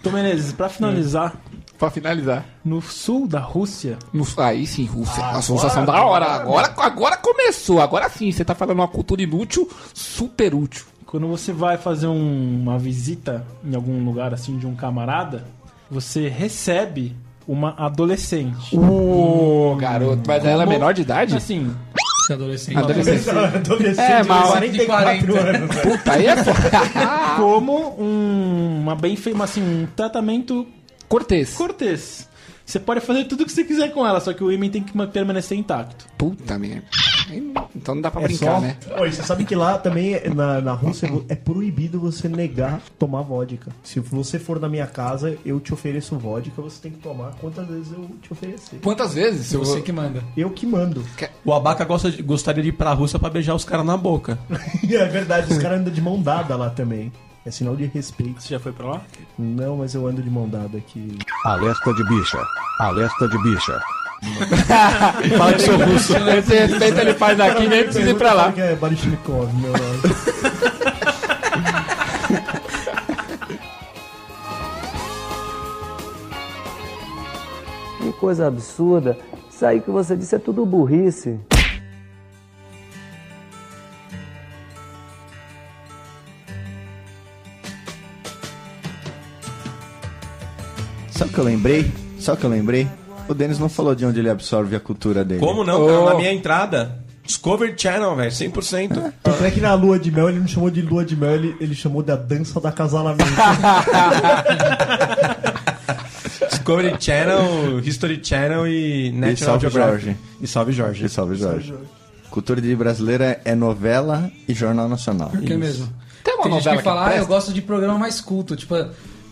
J: Tom Menezes, Então, pra finalizar,
C: Pra finalizar.
J: no sul da Rússia,
C: No- aí sim, Rússia. a sensação da hora. Agora, agora começou. Agora sim, você tá falando uma cultura inútil, super útil.
J: Quando você vai fazer um- uma visita em algum lugar assim de um camarada, você recebe uma adolescente.
C: Ô, garoto. Mas ela é menor de idade?
J: Assim,
D: Esse é adolescente.
C: Adolescente.
G: Adolescente
C: É,
G: de
C: mal.
G: 44 anos. né?
C: Puta, aí é foda.
J: como um, uma bem feita, assim, um tratamento
C: Cortês.
J: cortês. Você pode fazer tudo o que você quiser com ela, só que o imen tem que ma- permanecer intacto.
C: Puta merda. Aí não- Então não dá pra
G: É
C: brincar,
G: só.
C: né?
G: Oi, você sabe que lá também na, na Rússia é proibido você negar tomar vodka. Se você for na minha casa, eu te ofereço vodka, você tem que tomar quantas vezes eu te oferecer.
C: Quantas vezes? Eu
D: Você que manda.
G: Eu que mando.
B: O Abaca gosta de- gostaria de ir pra Rússia pra beijar os caras na boca.
G: é verdade, os caras andam de mão dada lá também. É sinal de respeito.
J: Você já foi pra lá?
G: Não, mas eu ando de mão dada aqui.
P: Alerta de bicha. Alerta de bicha.
B: Fala que sou russo.
C: Esse respeito ele faz aqui, né? nem precisa ir pra lá.
G: Que é Baryshnikov, meu nome.
H: Que coisa absurda. Isso aí que você disse é tudo burrice.
F: Sabe o que eu lembrei? Sabe o que eu lembrei? O Denis não falou de onde ele absorve a cultura dele.
B: Como não, cara?
C: Ô.
B: Na minha entrada. Discovery Channel, velho, 100%.
G: Tanto é que na lua de mel ele não chamou de lua de mel, ele, ele chamou da dança do acasalamento.
B: Discovery Channel, History Channel e
F: E
B: National
F: salve
B: Geographic.
F: Jorge.
B: E salve Jorge.
F: E salve Jorge. Cultura de brasileira é novela e jornal nacional.
D: Por que mesmo? Tem
R: uma
D: gente
R: novela
D: que
R: que
D: fala, ah,
R: presta?"
D: eu gosto de programa mais culto. Tipo,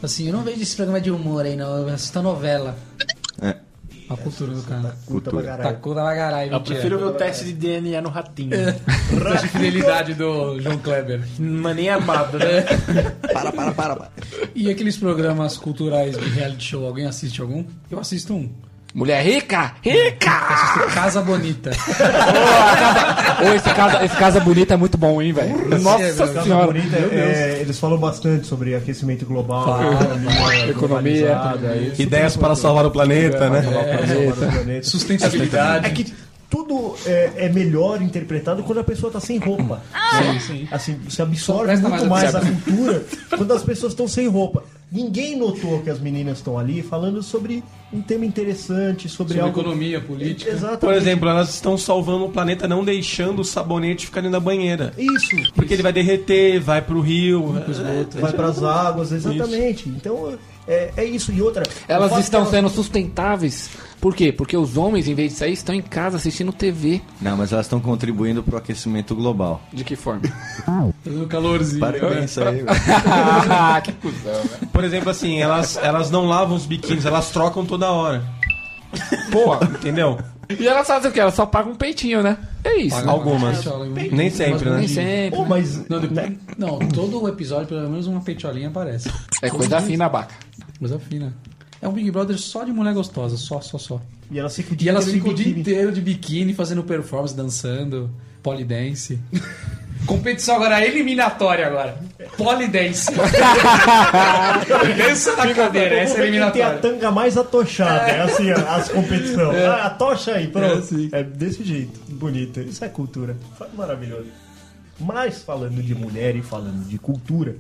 R: Assim, eu não vejo esse programa de humor aí, não. Eu assisto a novela.
F: É.
D: a cultura do cara. Tá
F: culta pra caralho.
D: Tá culta pra caralho.
J: Eu
D: mentira.
J: prefiro ver o teste de DNA no ratinho.
D: Teste de fidelidade do João Kleber.
J: Mas nem amado, né?
F: Para, para, para. para.
D: E aqueles programas culturais de reality show, alguém assiste algum? Eu assisto um.
C: Mulher rica! Rica!
D: Eu assisto Casa Bonita.
C: Ô, esse casa, esse casa bonita é muito bom, hein, velho? Nossa
G: Casa
C: senhora.
G: É, tá Bonita,
C: Meu Deus.
G: é, eles falam bastante sobre aquecimento global, né,
C: Fala,
B: economia,
G: globalizada, isso.
B: Ideias para salvar o planeta, né?
D: É.
G: É que tudo é, é melhor interpretado quando a pessoa tá sem roupa. Sim, sim. Assim, você absorve
D: Presta
G: muito
D: mais
G: mais a
D: atenção.
G: cultura quando as pessoas estão sem roupa. Ninguém notou que as meninas estão ali falando sobre um tema interessante, sobre,
D: Sobre
G: algo...
D: economia, política.
G: Exatamente.
B: Por exemplo, elas estão salvando o planeta não deixando o sabonete ficar dentro da banheira.
G: Isso.
B: Porque ele vai derreter, vai pro rio,
G: Vai para as águas, exatamente. Então, é, é isso. E outra... o
C: Elas
G: fato
C: estão
G: que
C: sendo sustentáveis. Por quê? Porque os homens, em vez de sair, estão em casa assistindo TV.
F: Não, mas elas estão contribuindo pro aquecimento global.
C: De que forma?
D: Fazendo calorzinho.
F: Para com isso aí, velho.
C: Ah, que cuzão, velho.
B: Por exemplo, assim, elas, elas não lavam os biquínis, elas trocam toda hora.
C: Pô,
B: entendeu?
C: E elas fazem o quê? Elas só pagam um peitinho, né? É isso.
B: Pagam Algumas. Nem sempre, né?
C: Nem sempre.
G: Pô, Oh, mas... né,
D: Não, depois- não, todo episódio, pelo menos uma peitolinha aparece.
C: É coisa fina, Baca.
D: Coisa fina. É um Big Brother só de mulher gostosa, só, só, só.
G: E elas ficam o
D: E
G: dia
D: elas
G: inteiro
D: ficam
G: em
D: o dia
G: biquíni.
D: inteiro de biquíni, fazendo performance, dançando, polidance. Competição agora eliminatória agora. Polidance. Dança na cadeira,
G: Vamos
D: essa é
G: ver quem tem a
D: eliminatória.
G: tanga mais atochada. É assim, as competições.
D: É.
G: Ah, atocha aí, pronto.
D: É
G: É,
D: assim.
G: desse jeito. Bonito. Isso é cultura. Maravilhoso. Mas falando de mulher e falando de cultura,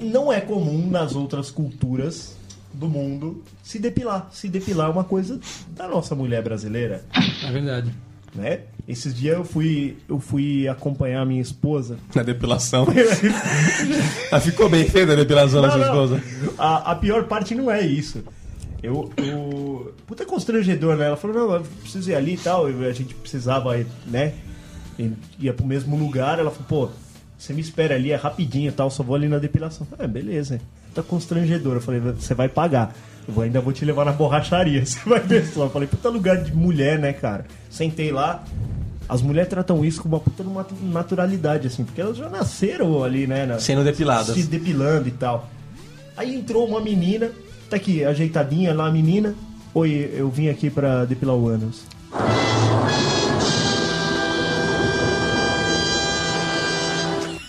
G: não é comum nas outras culturas do mundo se depilar. Se depilar é uma coisa da nossa mulher brasileira
D: É verdade.
G: né? Esses dias eu fui, eu fui acompanhar a minha esposa.
B: Na depilação. Ela ficou bem feia a depilação da
G: Não,
B: sua
G: não.
B: esposa.
G: A, a pior parte não é isso. Eu, eu. Puta constrangedor, né? Ela falou, não, eu preciso ir ali e tal. e A gente precisava, né? E Ia pro mesmo lugar. Ela falou, pô, você me espera ali, é rapidinho e tal, só vou ali na depilação. Eu falei, Ah, beleza. Puta constrangedor. Eu falei, você vai pagar. Eu vou- ainda vou te levar na borracharia, você vai ver só. Eu falei, puta lugar de mulher, né, cara? Sentei lá. As mulheres tratam isso com uma puta numa- naturalidade, assim, porque elas já nasceram ali, né? na-
B: Sendo depiladas.
G: Se depilando e tal. Aí entrou uma menina, tá aqui, ajeitadinha lá, a menina. Oi, eu vim aqui pra depilar o ânus.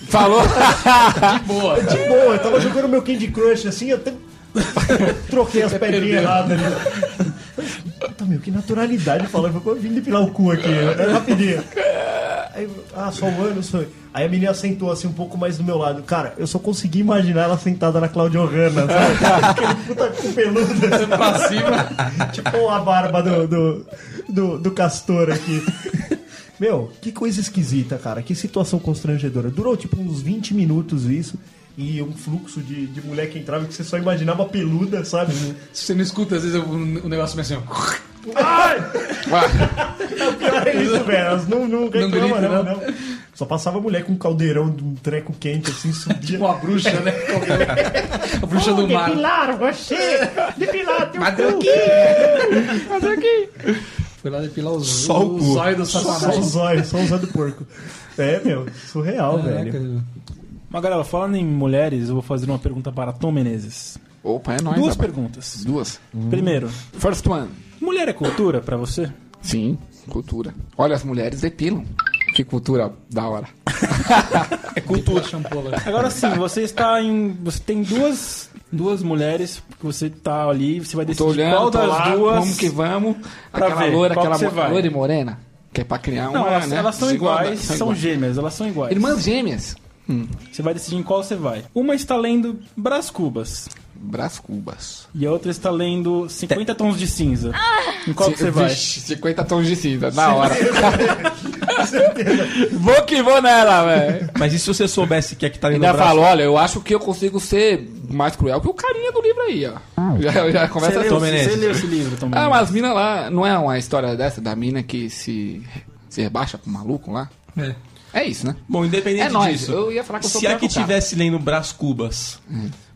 C: Falou?
G: De
D: boa.
G: De boa, eu tava jogando meu Candy Crush assim, eu até troquei as pedrinhas erradas ali. Puta, meu, que naturalidade falando. Eu vim depilar o cu aqui, né? rapidinho. Aí, eu, ah, só o ânus foi. Aí a menina sentou assim um pouco mais do meu lado. Cara, eu só consegui imaginar ela sentada na Claudio Hanna, sabe? Aquele puta cu peludo. tipo a barba do, do, do, do castor aqui. Meu, que coisa esquisita, cara. Que situação constrangedora. Durou tipo uns 20 minutos isso. E um fluxo de, de mulher que entrava que você só imaginava peluda, sabe?
D: Você não escuta, às vezes, eu- o negócio meio assim, ó.
G: Pior é isso, velho. Elas não, não reclamam,
D: grita, não.
G: não, não. Só passava mulher com um caldeirão de um treco quente assim, subia.
D: Tipo a bruxa, né? A bruxa
G: é
D: do mar.
G: Depilar você! Depilar teu
D: Mas eu
G: cu!
D: Mas aqui. Foi lá depilar os,
G: Só o cu.
D: zóio do satanás.
G: Só o zóio, só o zóio do porco. É, meu, surreal,
J: Caraca,
G: velho.
J: Mas galera, falando em mulheres, eu vou fazer uma pergunta para Tom Menezes.
C: Opa, é nóis.
J: Duas
C: rapaz.
J: perguntas.
C: Duas.
J: Primeiro,
C: First one.
J: mulher é cultura pra você?
C: Sim, cultura. Olha, as mulheres depilam. Que cultura da hora.
J: É cultura. Agora sim, você está em. Você tem duas. Duas mulheres que você tá ali, você vai decidir
C: Tô olhando,
J: qual
C: tô
J: das
C: lá,
J: duas.
C: vamos que vamos.
J: pra
C: Aquela
J: ver,
C: loira,
J: qual que
C: aquela
J: você
C: mo-
J: vai?
C: loira e morena. Que é pra criar uma,
J: Não, elas,
C: né?
J: elas são
C: desigualdade.
J: iguais, são, gêmeas, elas são iguais.
C: Irmãs gêmeas.
J: Você vai decidir em qual você vai. Uma está lendo Brás Cubas.
C: Brás Cubas.
J: E a outra está lendo 50 Tons de Cinza. Em qual que você vai?
C: Vixe, 50 tons de cinza, na hora. vou que vou nela, velho.
B: Mas e se você soubesse que é que tá lendo
C: Ainda
B: braço?
C: falo, olha, eu acho que eu consigo ser mais cruel que o carinha do livro aí, ó. Já, já começa
E: Você leu- Tom Menezes. você leu esse livro, Tom
C: Ah,
E: Menezes?
C: mas as minas lá, não é uma história dessa da mina que se, se rebaixa pro maluco lá?
D: É.
C: É isso, né?
B: Bom, independente
C: É nóis,
B: disso.
C: eu ia falar que eu sou
B: Se a
C: branco,
B: que
C: cara.
B: tivesse lendo Brás Cubas,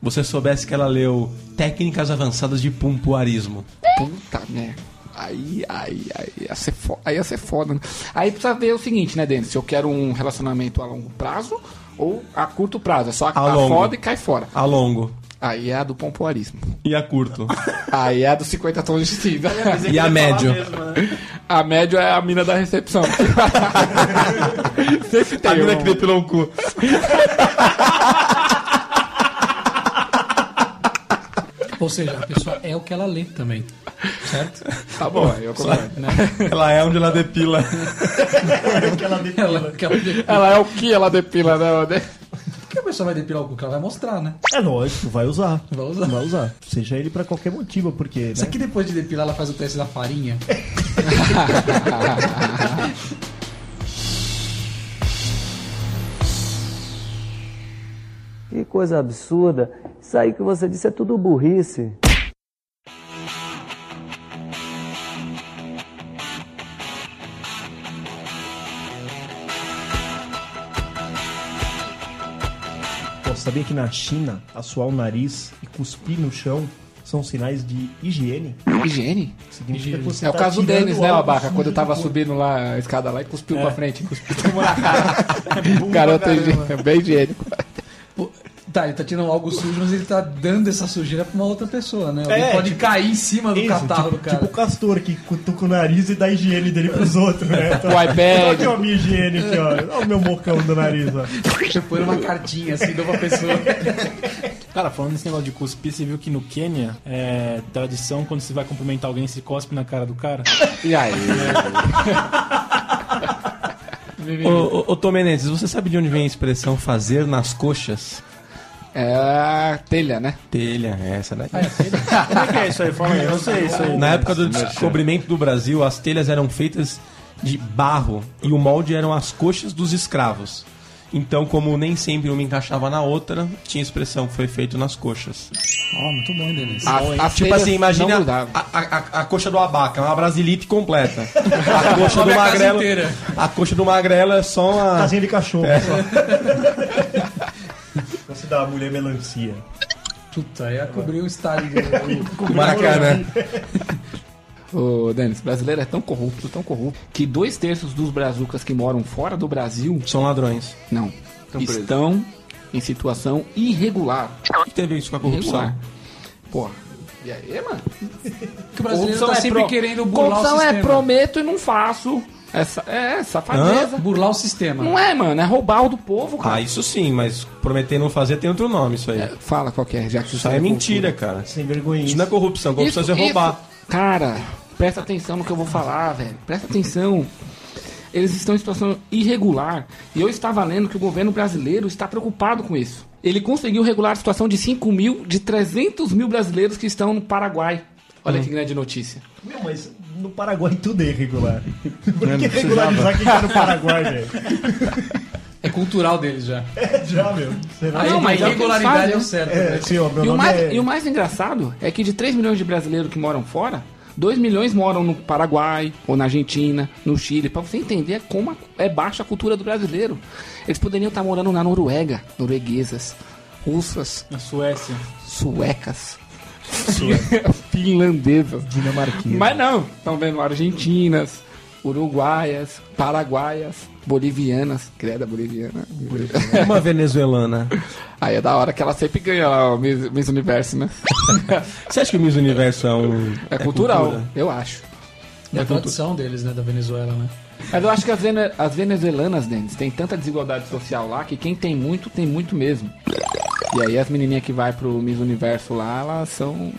B: você soubesse que ela leu Técnicas Avançadas de Pompoarismo.
C: Puta merda. Aí, aí, aí, ia ser, fo- aí ia ser foda. né? Aí precisa ver o seguinte, né, Denis? Se eu quero um relacionamento a longo prazo ou a curto prazo. É só a,
B: A
C: a
B: longo.
C: foda e cai fora.
B: A longo.
C: Aí é a do pompoarismo.
B: E a curto.
C: Aí é a dos 50 tons de cinza.
B: mas é que E a eu ia falar médio? mesmo,
C: A médio é a mina da recepção. Sempre tem
B: A mina
C: um-
B: que depilou o cu.
D: Ou seja, a pessoa é o que ela lê também. Certo?
C: Tá bom, aí eu concordo.
B: Ela é onde ela depila.
D: Ela, que ela depila.
C: Ela é o que ela depila, né?
D: Por que a pessoa vai depilar o cu? Que ela vai mostrar, né?
G: É lógico, vai usar.
D: Vai usar.
G: Vai usar. Seja ele pra qualquer motivo, porque. né?
D: Será que depois de depilar ela faz o teste da farinha?
H: Que coisa absurda. Isso aí que você disse é tudo burrice.
G: Pô, sabia que na China, assoar o nariz e cuspir no chão são sinais de higiene?
C: Higiene?
G: Significa que você
C: É o
G: tá
C: caso do
G: tirando
C: Denis, né,
G: algo
C: Abaca?
G: sujo
C: Quando eu
G: do
C: tava
G: corpo.
C: subindo lá a escada lá e cuspiu
G: É.
C: pra frente. Cuspiu
G: Bom
C: Garoto
G: pra caramba.
C: higiênico, bem higiênico.
D: Tá, ele tá tirando algo sujo, mas ele tá dando essa sujeira pra uma outra pessoa, né? Alguém
G: É,
D: pode
G: tipo,
D: cair em cima do
G: Isso,
D: catarro
G: tipo,
D: do cara.
G: tipo o castor que cutuca o nariz e dá higiene dele pros outros, né?
D: O iPad.
C: É.
G: Olha aqui, ó, a minha higiene aqui, ó. Olha o meu mocão do nariz, ó.
D: Você põe uma cartinha assim de uma pessoa.
E: Cara, falando nesse negócio de cuspir, você viu que no Quênia é tradição quando você vai cumprimentar alguém, se cospe na cara do cara?
C: E aí?
B: Ô, ô, ô Tom Menezes, você sabe de onde vem a expressão fazer nas coxas?
C: É a telha, né?
B: Telha, é essa
D: Ah,
B: daí.
G: Como é que é isso aí? Fala aí, eu não sei isso aí.
B: Na
D: né?
B: época do
G: Merchan.
B: descobrimento do Brasil, as telhas eram feitas de barro e o molde eram as coxas dos escravos. Então, como nem sempre uma encaixava na outra, tinha a expressão foi feito nas coxas.
D: Ó, muito bom, hein, Denis?
B: tipo assim, imagina a, a- a- a coxa do abaca, é uma brasilite completa. A coxa do
D: Cobre a casa
B: magrelo,
D: inteira.
B: a coxa do magrelo é só
C: Ah.
B: uma
G: Casinha de cachorro.
B: É.
G: só. Você dá a mulher melancia.
D: Puta, aí cobriu o estádio do
C: Do Maracanã. Ô, Denis, brasileiro é tão corrupto, tão corrupto, que dois terços dos brazucas que moram fora do Brasil
B: são ladrões.
C: Não. estão em situação irregular.
B: O que tem a ver isso com a corrupção?
C: Irregular. Porra. E aí, mano?
D: Que o brasileiro tá sempre querendo burlar
C: é
D: o
C: corrupção é
D: sistema.
C: prometo e não faço. Essa, é, safadeza.
D: Burlar o sistema.
C: Não é, mano. É roubar o do povo, cara.
B: Ah, isso sim, mas prometer não fazer tem outro nome isso aí.
C: fala qual que é, já que
B: isso aí é mentira, cara.
G: Sem vergonha.
B: Isso não é corrupção, corrupção é você roubar.
C: Cara, presta atenção no que eu vou falar, velho. Presta atenção. Eles estão em situação irregular. E eu estava lendo que o governo brasileiro está preocupado com isso. Ele conseguiu regular a situação de 5 mil, de 300 mil brasileiros que estão no Paraguai. Olha
D: Hum.
C: que grande notícia.
G: Meu, mas no Paraguai tudo é irregular.
C: Não, é,
G: Por que
C: não
G: regularizar
C: precisava.
G: quem tá no Paraguai, velho?
D: É cultural deles já.
G: É, já, meu. Será?
D: Aí,
C: Não, mas é o que
D: irregularidade
C: eles
D: é o
C: fazem,
D: certo.
G: né?
D: né?
G: É, sim, ó, meu
C: E o,
G: nome
C: mais,
G: é-
C: e o mais engraçado é que de 3 milhões de brasileiros que moram fora, 2 milhões moram no Paraguai, ou na Argentina, no Chile, pra você entender como a- é baixa a cultura do brasileiro. Eles poderiam estar morando na Noruega, norueguesas, russas,
E: Na Suécia.
C: suecas, finlandesas,
G: dinamarquesas.
C: Mas não, estão vendo argentinas, uruguaias, paraguaias, bolivianas, creda boliviana.
B: Uma venezuelana.
C: Aí é da hora que ela sempre ganha lá o Miss, Miss Universo, né?
B: Você acha que o Miss Universo é um.
C: É cultural, eu acho.
D: É a tradição deles, né? Da Venezuela, né?
C: Mas eu acho que as, vene- as venezuelanas, Denis, tem tanta desigualdade social lá que quem tem muito, tem muito mesmo. E aí as menininhas que vai pro Miss Universo lá, elas são...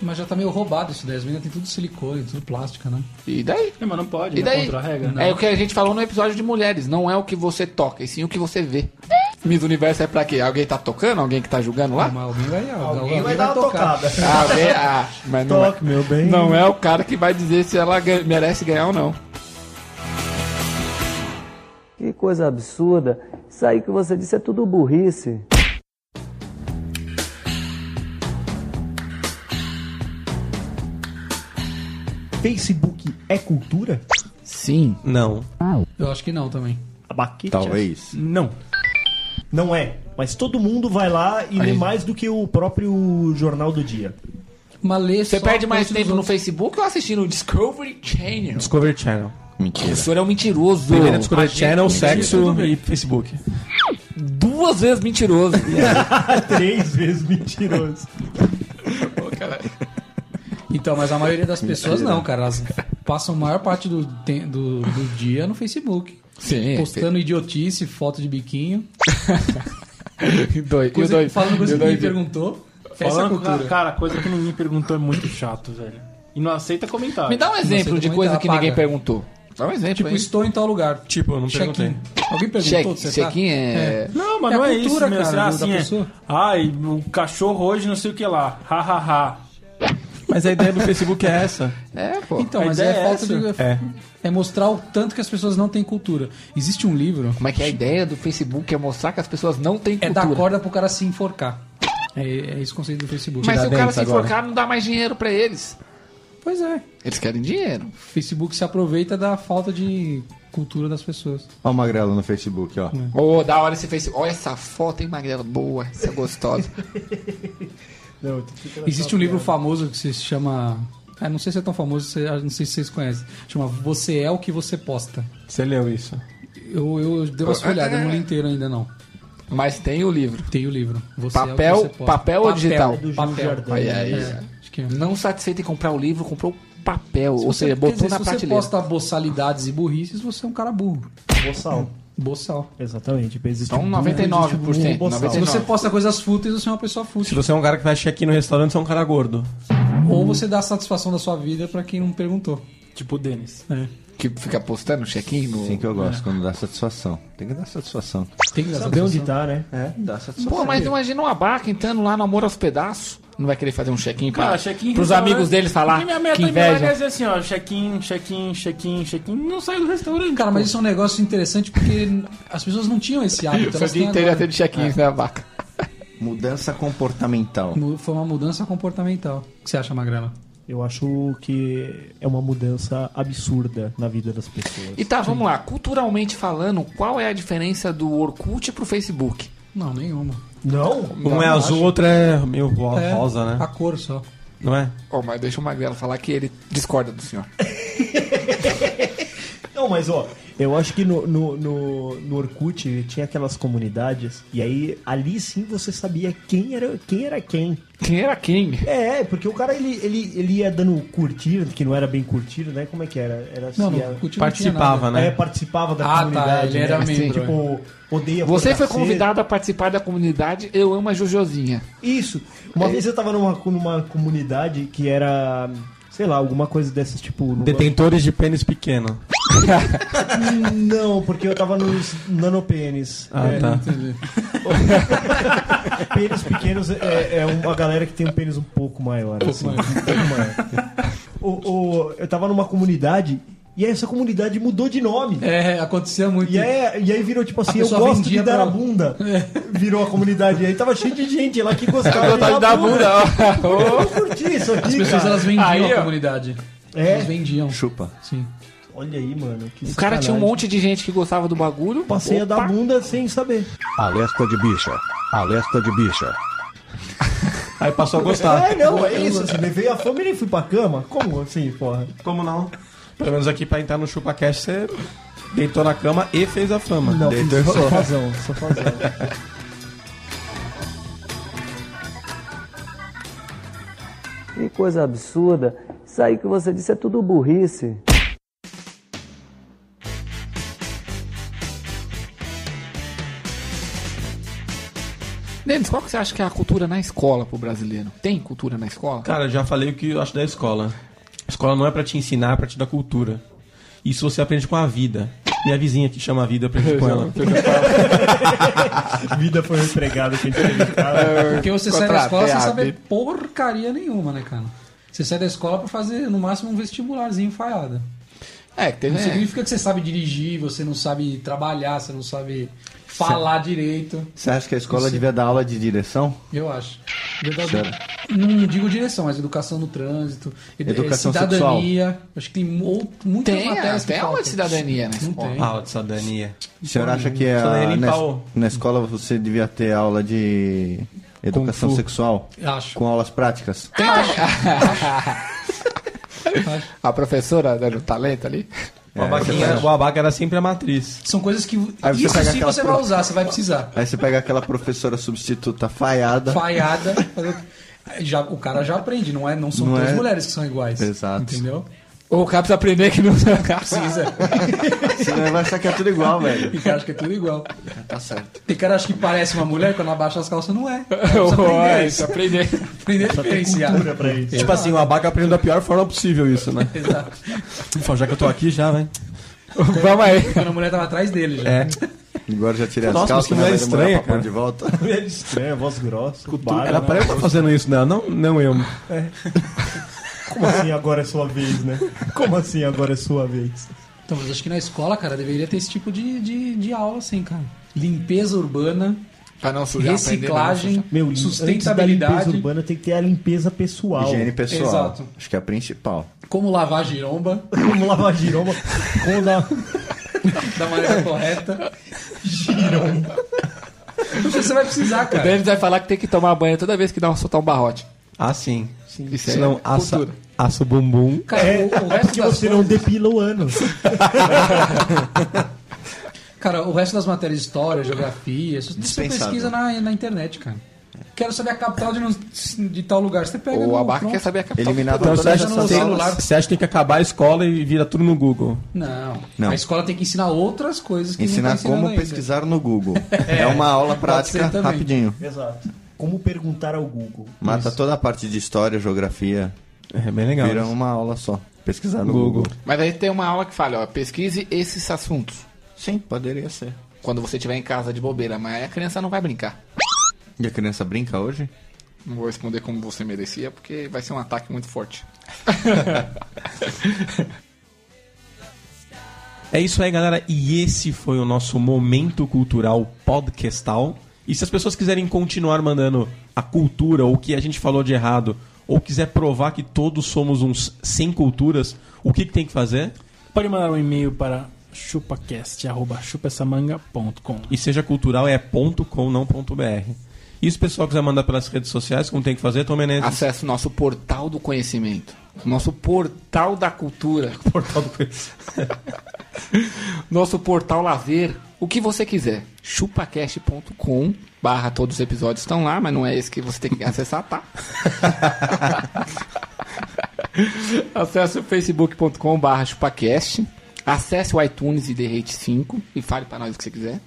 D: Mas já tá meio roubado isso daí. As meninas tem tudo silicone, tudo plástica, né?
C: E daí?
E: É, mas não pode,
C: E
E: né?
C: daí?
E: Contra a regra.
C: É o que a gente falou no episódio de mulheres. Não é o que você toca, e sim o que você vê. Miss Universo é pra quê? Alguém tá tocando? Alguém que tá julgando lá?
D: Mas alguém vai, alguém
G: vai dar uma tocada.
C: Ah, vê- ah, mas não
G: Toque,
C: é.
G: meu bem.
C: Não é o cara que vai dizer se ela ganha- merece ganhar ou não.
H: Que coisa absurda. Isso aí que você disse é tudo burrice.
G: Facebook é cultura?
C: Sim.
B: Não.
D: Eu acho que não também.
G: A baquete?
F: Talvez.
G: Não. Não é. Mas todo mundo vai lá e lê
C: Aí.
G: mais do que o próprio Jornal do Dia.
D: Mas lê
C: Você
D: só
C: perde mais
D: post dos
C: tempo no Facebook ou assistindo o Discovery Channel?
B: Discovery Channel.
C: O senhor é um mentiroso.
B: Primeiro é Discovery
C: A gente-
B: Channel,
C: Mentira.
B: sexo e Facebook.
C: Duas vezes mentiroso.
G: Três vezes mentiroso.
D: Então, mas a maioria das pessoas
C: Mentira.
D: não, cara. Elas passam a maior parte do, tem- do, do dia no Facebook.
C: Sim.
D: Postando idiotice, foto de biquinho.
C: Dois,
D: Coisa,
J: dois-
D: falando coisa
J: e
D: que
J: dois-
D: ninguém perguntou. Essa é a
J: Falando,
D: cultura.
J: cara, cara, coisa que ninguém perguntou é muito chato, velho. E não aceita comentário.
D: Me dá um
J: Não
D: exemplo
J: aceita
D: de coisa
J: comentário,
D: que ninguém
J: apaga.
D: perguntou.
C: Dá um exemplo
D: Tipo,
C: aí.
D: estou em tal lugar.
B: Tipo, eu não
D: Check-in.
B: perguntei.
D: Alguém
C: Check-
D: perguntou? onde você tá?
C: check-in é-
J: Não, mas
D: É a
J: não é
D: cultura,
J: isso, meu.
D: cara,
J: Será
D: do- da
J: assim? É...
D: pessoa.
J: Ai, o cachorro hoje não sei o que lá. Ha, ha, ha.
B: Mas a ideia do Facebook é essa.
C: É, pô.
D: Então,
J: A
D: mas
J: ideia
D: é
J: é
D: falta
J: essa.
D: de.
B: É.
D: É. mostrar o tanto que as pessoas não têm cultura. Existe um livro.
C: Como é que é a ideia do Facebook é mostrar que as pessoas não têm
D: É
C: cultura?
D: dar corda pro cara se enforcar. É, é esse o conceito do Facebook.
C: Mas se o cara se
D: enforcar.
C: enforcar, não dá mais dinheiro pra eles.
D: Pois é.
C: Eles querem dinheiro.
D: O Facebook se aproveita da falta de cultura das pessoas.
F: Olha o Magrelo no Facebook, ó.
B: É.
C: Ô, da hora esse Facebook. Olha essa foto, hein, Magrela? Boa, essa é gostosa.
G: Não, tu fica naquela
D: Existe um livro
G: piada.
D: famoso que se chama. Ah, não sei se é tão famoso, se- ah, não sei se vocês conhecem. Chama Você é o que você posta.
B: Você leu isso?
D: Eu, eu dei uma
C: é,
D: olhada, eu não li inteiro ainda não.
C: Mas tem o livro.
D: Tem o livro. Você é o que
C: papel,
D: você posta.
C: papel ou digital?
D: Papel.
C: Olha aí.
D: É, acho que é.
C: Não satisfeito em comprar o livro, comprou papel.
D: Se
C: ou
D: você-
C: seja,
D: quer
C: botou
D: dizer,
C: na
D: se você
C: prateleira.
D: posta boçalidades e burrices, você é um cara burro. Hum.
G: Boçal.
D: Boçal.
G: Exatamente. Existe
C: Então, 99%,
G: burro, existe burro boçal.
D: Se você posta coisas fúteis, você é uma pessoa
B: Se
D: fútil.
B: você é um cara que vai check-in no restaurante, você é um cara gordo.
D: Ou você dá a satisfação da sua vida pra quem não perguntou.
J: Tipo o Denis.
C: Que fica postando check-in no.
F: Sim, que eu
B: É.
F: gosto, quando dá satisfação. Tem que dar satisfação.
D: Tem que dar
G: Saber onde
D: satisfação.
G: tá, né?
F: É, dá satisfação.
C: Pô, mas imagina uma barca entrando lá no amor aos pedaços. Não vai querer fazer um check-in pra,
J: Cara, check-in.
C: pros
J: restaurante-
C: amigos deles falar
J: E Ah, minha meta
C: que
J: em Milagre é
C: inveja.
J: dizer assim, ó, check-in, check-in, check-in, check-in. Não sai do restaurante.
D: Cara, mas
J: pô.
D: isso é um negócio interessante porque as pessoas não tinham esse hábito.
C: Seu
D: elas
C: dia
D: têm
C: inteiro ia
D: agora.
C: ter check-ins na barca.
F: Mudança comportamental.
D: Mu- Foi uma mudança comportamental. O que você acha, Magrela?
G: Eu acho que é uma mudança absurda na vida das pessoas.
C: E tá, vamos lá. Culturalmente falando, qual é a diferença do Orkut pro Facebook?
D: Não, nenhuma.
G: Não?
B: Um é azul, o outro é meio ro-
D: É,
B: rosa, né?
D: A cor só.
B: Não é?
C: Ó, mas deixa o Magrela falar que ele discorda do senhor.
G: Não, mas ó, eu acho que no, no, no, no Orkut tinha aquelas comunidades, e aí ali sim você sabia quem era quem. Era quem.
C: Quem era quem?
G: É, porque o cara ele, ele, ele ia dando curtir, que não era bem curtir, né? Como é que era? Era
D: Não,
G: se
D: não,
G: era-
D: Orkut não
B: é- Participava,
D: tinha nada.
B: né?
G: É, participava da
D: Ah, tá,
G: comunidade.
D: ele era
G: né? Assim,
D: membro,
G: Tipo, odeia
C: Você
G: por
C: foi
G: cacete.
C: convidado a participar da comunidade Eu Amo a Jojozinha.
G: Isso. Uma vez eu tava numa, numa comunidade que era, sei lá, alguma coisa dessas, tipo. no-
B: Detentores de pênis pequeno.
G: Não, porque eu tava nos nanopênis.
B: Ah,
G: É,
B: tá.
G: Pênis pequenos é, é uma galera que tem um pênis um pouco maior. assim, um pouco maior. O- o- eu tava numa comunidade e aí essa comunidade mudou de nome.
B: né?
D: É, acontecia muito.
G: E aí, e aí virou tipo assim, eu
D: pessoa
G: gosto de
D: vendia
G: dar
D: pra- É.
G: a bunda. Virou a comunidade. E aí tava cheio de gente lá que gostava
C: Vontade de dar a bunda, ó.
G: Eu curti isso aqui,
D: As pessoas
G: cara.
D: elas vendiam
C: Aí,
D: a
C: ó.
D: comunidade. Elas
G: É,
D: vendiam.
F: Chupa.
D: Sim.
G: olha aí, mano. que
C: O cara tinha um
G: sacanagem.
C: monte de gente que gostava do bagulho.
G: Passei a dar bunda sem saber.
P: Palestra de bicha. Palestra de bicha.
B: Aí passou a gostar.
G: É, não, é isso. Assim, levei a fome e nem fui pra cama. Como assim, porra?
B: Como não? Pelo menos aqui pra entrar no ChupaCast, você deitou na cama e fez a fama. deitou e rolou.
G: Sofazão, sofazão.
H: Que coisa absurda. Isso aí que você disse é tudo burrice.
C: Denis, qual que você acha que é a cultura na escola pro brasileiro? Tem cultura na escola?
B: Cara, já falei o que eu acho da escola. A escola não é pra te ensinar, é pra te dar cultura. Isso você aprende com a vida. Minha vizinha que chama a vida, aprende com ela.
G: Vida foi um empregado que a gente teve em casa.
D: Porque você sai da
C: Contratei
D: escola sem
C: a
D: saber
C: vida.
D: porcaria nenhuma, né, cara? Você sai da escola pra fazer, no máximo, um vestibularzinho falhada.
C: É, que teve.
D: Não significa que você sabe dirigir, você não sabe trabalhar, você não sabe falar direito.
F: Você acha que a escola devia dar aula de direção?
D: Eu acho. Não digo direção, mas educação no trânsito, edu-
F: Educação
D: cidadania. Acho que tem mou- muitas
S: Tem,
C: é,
D: matérias que
S: até
D: faltam.
S: aula de cidadania na
D: Não tem.
B: Ah, de cidadania.
F: O senhor acha que é a-
B: Cidadania né? limpar
F: na,
B: o-
F: na escola você devia ter aula de educação
B: Kung Fu.
F: sexual?
D: Acho.
F: Com aulas práticas?
C: A professora dando talento ali?
B: O
F: É,
B: abaquinha- o abaca era sempre a matriz.
D: São coisas que.
F: Aí você
D: Isso
F: pega
D: sim
F: aquela
D: você
F: pro-
D: vai usar, você vai precisar.
F: Aí você pega aquela professora substituta falhada.
D: Falhada. Já, o cara já aprende, não, é, não são
F: Não
D: duas
F: é?
D: mulheres que são iguais.
F: Exato.
D: Entendeu?
C: Ou o cara precisa aprender que não é
D: precisa.
F: Senão ele vai achar que é tudo igual, velho.
D: O cara acha que é tudo igual.
F: Tá certo.
D: Tem cara acha que parece uma mulher quando abaixa as calças, não é.
C: Ué,
D: Precisa
C: isso, aprender.
D: aprender a diferenciar.
B: Tipo assim, o abaca aprendeu da pior forma possível isso, né?
D: Exato.
B: Fala, já que eu tô aqui, já, velho.
D: Vamos aí. Quando a mulher tava atrás dele já.
B: É.
F: Agora já tirei as
B: Nossa, mas
F: calças,
B: que
F: né,
B: mulher
F: vai demorar
B: estranha,
F: pra pôr
B: cara.
F: de volta.
J: Mulher
G: né?
J: estranha, voz grossa.
G: Cultura.
B: Era pra eu estar fazendo isso, não, não, não eu.
G: Como assim agora é sua vez, né? Como assim agora é sua vez?
D: Então, mas acho que na escola, cara, deveria ter esse tipo de, de, de aula, assim, cara. Limpeza urbana.
C: Pra não
G: sujar,
D: Reciclagem,
G: Meu, antes
D: sustentabilidade.
G: da limpeza urbana tem que ter a limpeza pessoal.
F: Higiene pessoal.
D: Exato.
F: Acho que é a principal.
B: Tá
D: Como lavar a giromba
G: Como lavar giromba. Como dar...
D: da maneira correta. Giromba. Você vai precisar,
C: O
D: cara.
G: É,
C: Denis vai falar que tem que tomar banho toda vez que dá um, soltar um barrote.
B: Ah, sim.
C: Isso aí
B: Senão,
C: é
B: assa,
C: cultura.
B: assa o bumbum.
D: Cara, o, o
G: É
D: resto
G: porque
D: das
G: você não depila o ano.
D: Cara, o resto das matérias de história, geografia, isso tudo você
F: Dispensável.
D: pesquisa na, na internet, cara. Quero saber a capital de, não- de tal lugar. Você pega
C: O
D: no,
C: Abaca
D: pronto.
C: quer saber a capital.
F: Eliminar
B: Então,
F: todas
B: você acha,
F: essas
B: você,
F: aulas.
B: você acha que tem que acabar a escola e vira tudo no Google?
D: Não.
F: Não.
D: A escola tem que ensinar outras coisas que não
F: Ensinar
D: tá ensinando
F: como
D: ainda.
F: pesquisar no Google. É uma aula
D: Pode
F: prática
D: ser também.
F: rapidinho.
G: Exato. Como perguntar ao Google.
F: Mata toda a parte de história, geografia.
B: É bem legal.
F: Vira
B: isso.
F: uma aula só. Pesquisar no
B: Google.
F: Google.
C: Mas aí tem uma aula que fala, ó, pesquise esses assuntos.
F: Sim, poderia ser.
C: Quando você estiver em casa de bobeira, mas a criança não vai brincar.
F: E a criança brinca hoje?
C: Não vou responder como você merecia, porque vai ser um ataque muito forte.
B: É isso aí, galera. E esse foi o nosso momento cultural podcastal. E se as pessoas quiserem continuar mandando a cultura ou o que a gente falou de errado, ou quiser provar que todos somos uns sem culturas, o que, que tem que fazer?
J: Pode mandar um e-mail para chupacast.chupessamanga.com.
B: E seja cultural é ponto .com, não ponto .br. E se o pessoal quiser mandar pelas redes sociais, como tem que fazer, Tom Menezes?
C: Acesse o nosso portal do conhecimento. Nosso portal da cultura.
B: Portal do conhecimento.
C: Nosso portal Lazer. O que você quiser. chupacast.com barra todos os episódios estão lá, mas não é esse que você tem que acessar, tá? Acesse o facebook.com barra chupacast. Acesse o iTunes e derrete 5 e fale para nós o que você quiser.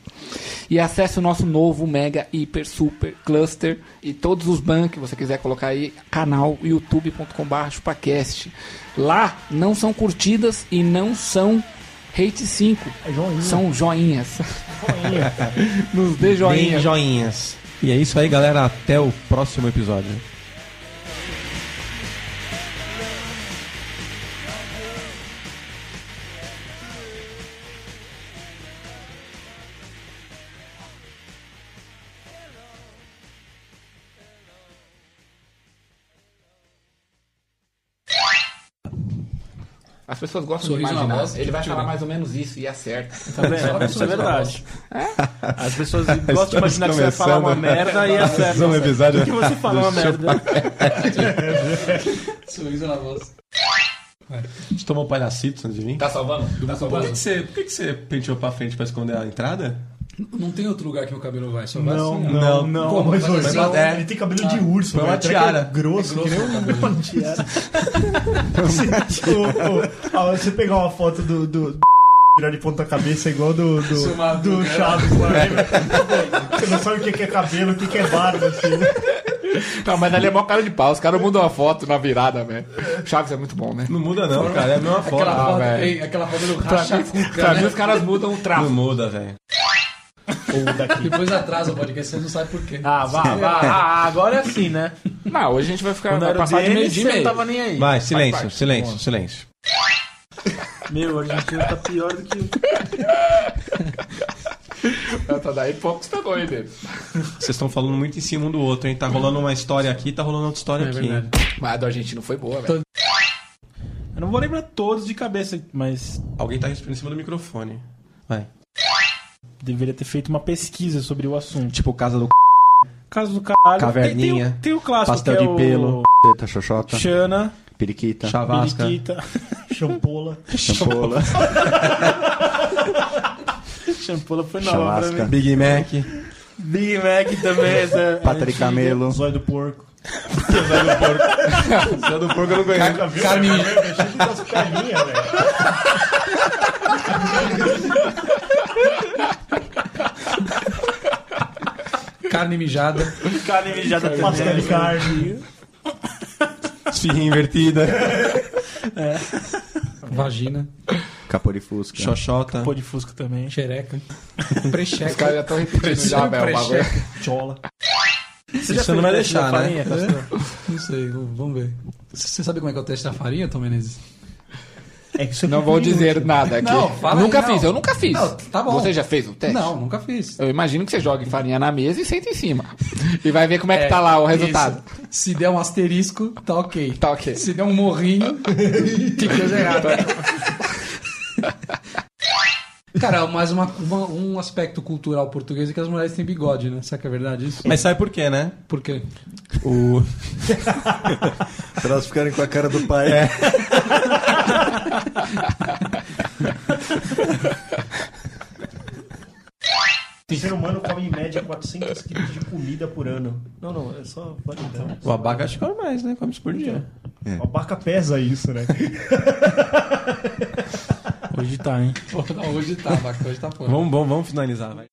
C: E acesse o nosso novo mega, hiper, super cluster e todos os bans que você quiser colocar aí, canal youtube.com barra chupacast. Lá não são curtidas e não são hate 5.
J: É
C: São joinhas. Nos dê joinha.
B: Deem joinhas. E é isso aí, galera. Até o próximo episódio.
C: As pessoas gostam
D: Sorriso
C: de
D: na
C: imaginar.
D: voz,
C: Ele vai falar
D: tira.
C: mais ou menos isso e acerta.
J: Tá vendo? Isso é verdade. As pessoas gostam de imaginar que você vai
B: Estamos
J: falar uma
B: tá começando.
J: merda e acerta.
B: Mais um episódio
J: Por que você fala uma
B: do
J: merda?
D: Sorriso na voz.
B: Você tomou palhacito antes de vir?
C: Tá salvando? Tá
B: Por que,
C: salvando?
B: que você, por que, que você penteou pra frente pra esconder a entrada?
D: Não tem outro lugar que meu cabelo vai, só vai
G: Não,
D: assim. ó.
G: não, não.
D: Como?
G: mas
D: Vai
G: hoje,
D: assim, ó.
G: ele tem cabelo de urso.
B: Foi uma
G: velho. Será que
B: tiara.
G: É grosso,
D: É
G: que nem
D: grosso o
G: um-
D: cabelo.
G: uma tiara. Ô, ô, ó, você pegar uma foto do... do... do Virar de ponta cabeça é igual do,
D: Seu
G: do,
D: Madruga,
G: do
D: né?
G: Chaves lá, né? Você não sabe o que que é cabelo, o que que é barba, assim. né?
C: Não, mas ali é mó cara de pau. Os caras mudam a foto na virada, velho. Chaves é muito bom, né?
B: Não muda não, cara. É a mesma foto.
D: Aquela foto,
C: velho.
D: ei, aquela foto do
C: Pra
D: racha
C: mim, pra mim os caras mudam o
B: Não
C: traço.
B: muda, velho.
G: Ou daqui.
D: Depois atrasa o podcast, você não sabe por quê.
J: Ah, vá, vá. Ah, agora é assim, né?
C: Não, hoje a gente vai ficar
J: Quando
C: vai
J: era o
C: passar de meio
J: Denis,
C: dia e
J: você não
C: meio.
J: tava nem aí.
B: Vai, silêncio,
C: parte.
B: silêncio, silêncio.
J: Meu, a Argentina tá pior do que...
C: Tá, Essa daí poucos pegou, hein, Denis?
B: Vocês estão falando muito em cima um do outro, hein? Tá rolando uma história aqui, tá rolando outra história
T: É
B: aqui.
T: verdade.
E: Mas a do argentino foi boa, velho.
J: Eu não vou lembrar todos de cabeça, mas.
B: Alguém tá respirando em cima do microfone. Vai.
J: Deveria ter feito uma pesquisa sobre o assunto.
B: Tipo, casa do c.
J: Casa do caralho.
F: Caverninha.
J: Tem, tem, o, tem o clássico
F: Pastel
J: que é
F: de
J: o-
F: pelo. Teta, xoxota.
J: Xana.
F: Periquita.
B: Chavasca.
J: Periquita. Champola.
F: Champola.
J: Champola foi na né? hora pra
F: Chavasca.
J: mim.
B: Big Mac.
J: Big Mac também.
B: é
J: Essa,
F: Patrick Camelo.
G: Zóio do porco.
B: Zóio do porco. Zóio do porco eu não ganhei.
G: Nunca viu?
B: Carminha.
G: Nunca viu? Mexendo com as perninhas, velho.
D: Carne mijada.
J: Carne mijada.
G: Pastel de carne.
B: Esfirrinha invertida.
D: Vagina.
F: Caporifusca.
B: Xoxota.
J: Pô de fusca também.
D: Xereca.
J: Precheca.
D: Os caras já tão repetindo já, velho, o bagulho.
J: Chola.
D: Você
B: Isso não vai deixar, né?
D: Não sei, vamos ver. Você você sabe como é que eu testo a farinha, Tom Menezes?
G: É que isso
D: Não vou dizer nada aqui.
C: Não, fala
D: Nunca
C: aí, não.
D: fiz, eu nunca fiz.
C: Não, tá bom.
D: Você já fez o teste?
C: Não,
D: nunca fiz.
C: Eu imagino que você jogue farinha na mesa e senta em cima. E vai ver como é que tá lá o resultado.
D: isso. Se der um asterisco, tá ok. Tá ok. Se der um morrinho, que coisa errada. Cara, mas uma, uma- um aspecto cultural português é que as mulheres têm bigode, né? Será que é verdade isso?
B: Mas sabe por quê, né?
D: Por quê?
B: O...
F: pra elas ficarem com a cara do pai.
G: O ser humano come em média 400 quilos de comida por ano. Não, não, é só planetão.
B: O abacate come mais, né? Come isso por dia.
G: A barca pesa isso, né?
J: Hoje tá, hein?
D: Hoje tá, Baco, hoje tá foda.
B: Vamos, vamos, vamos finalizar, vai.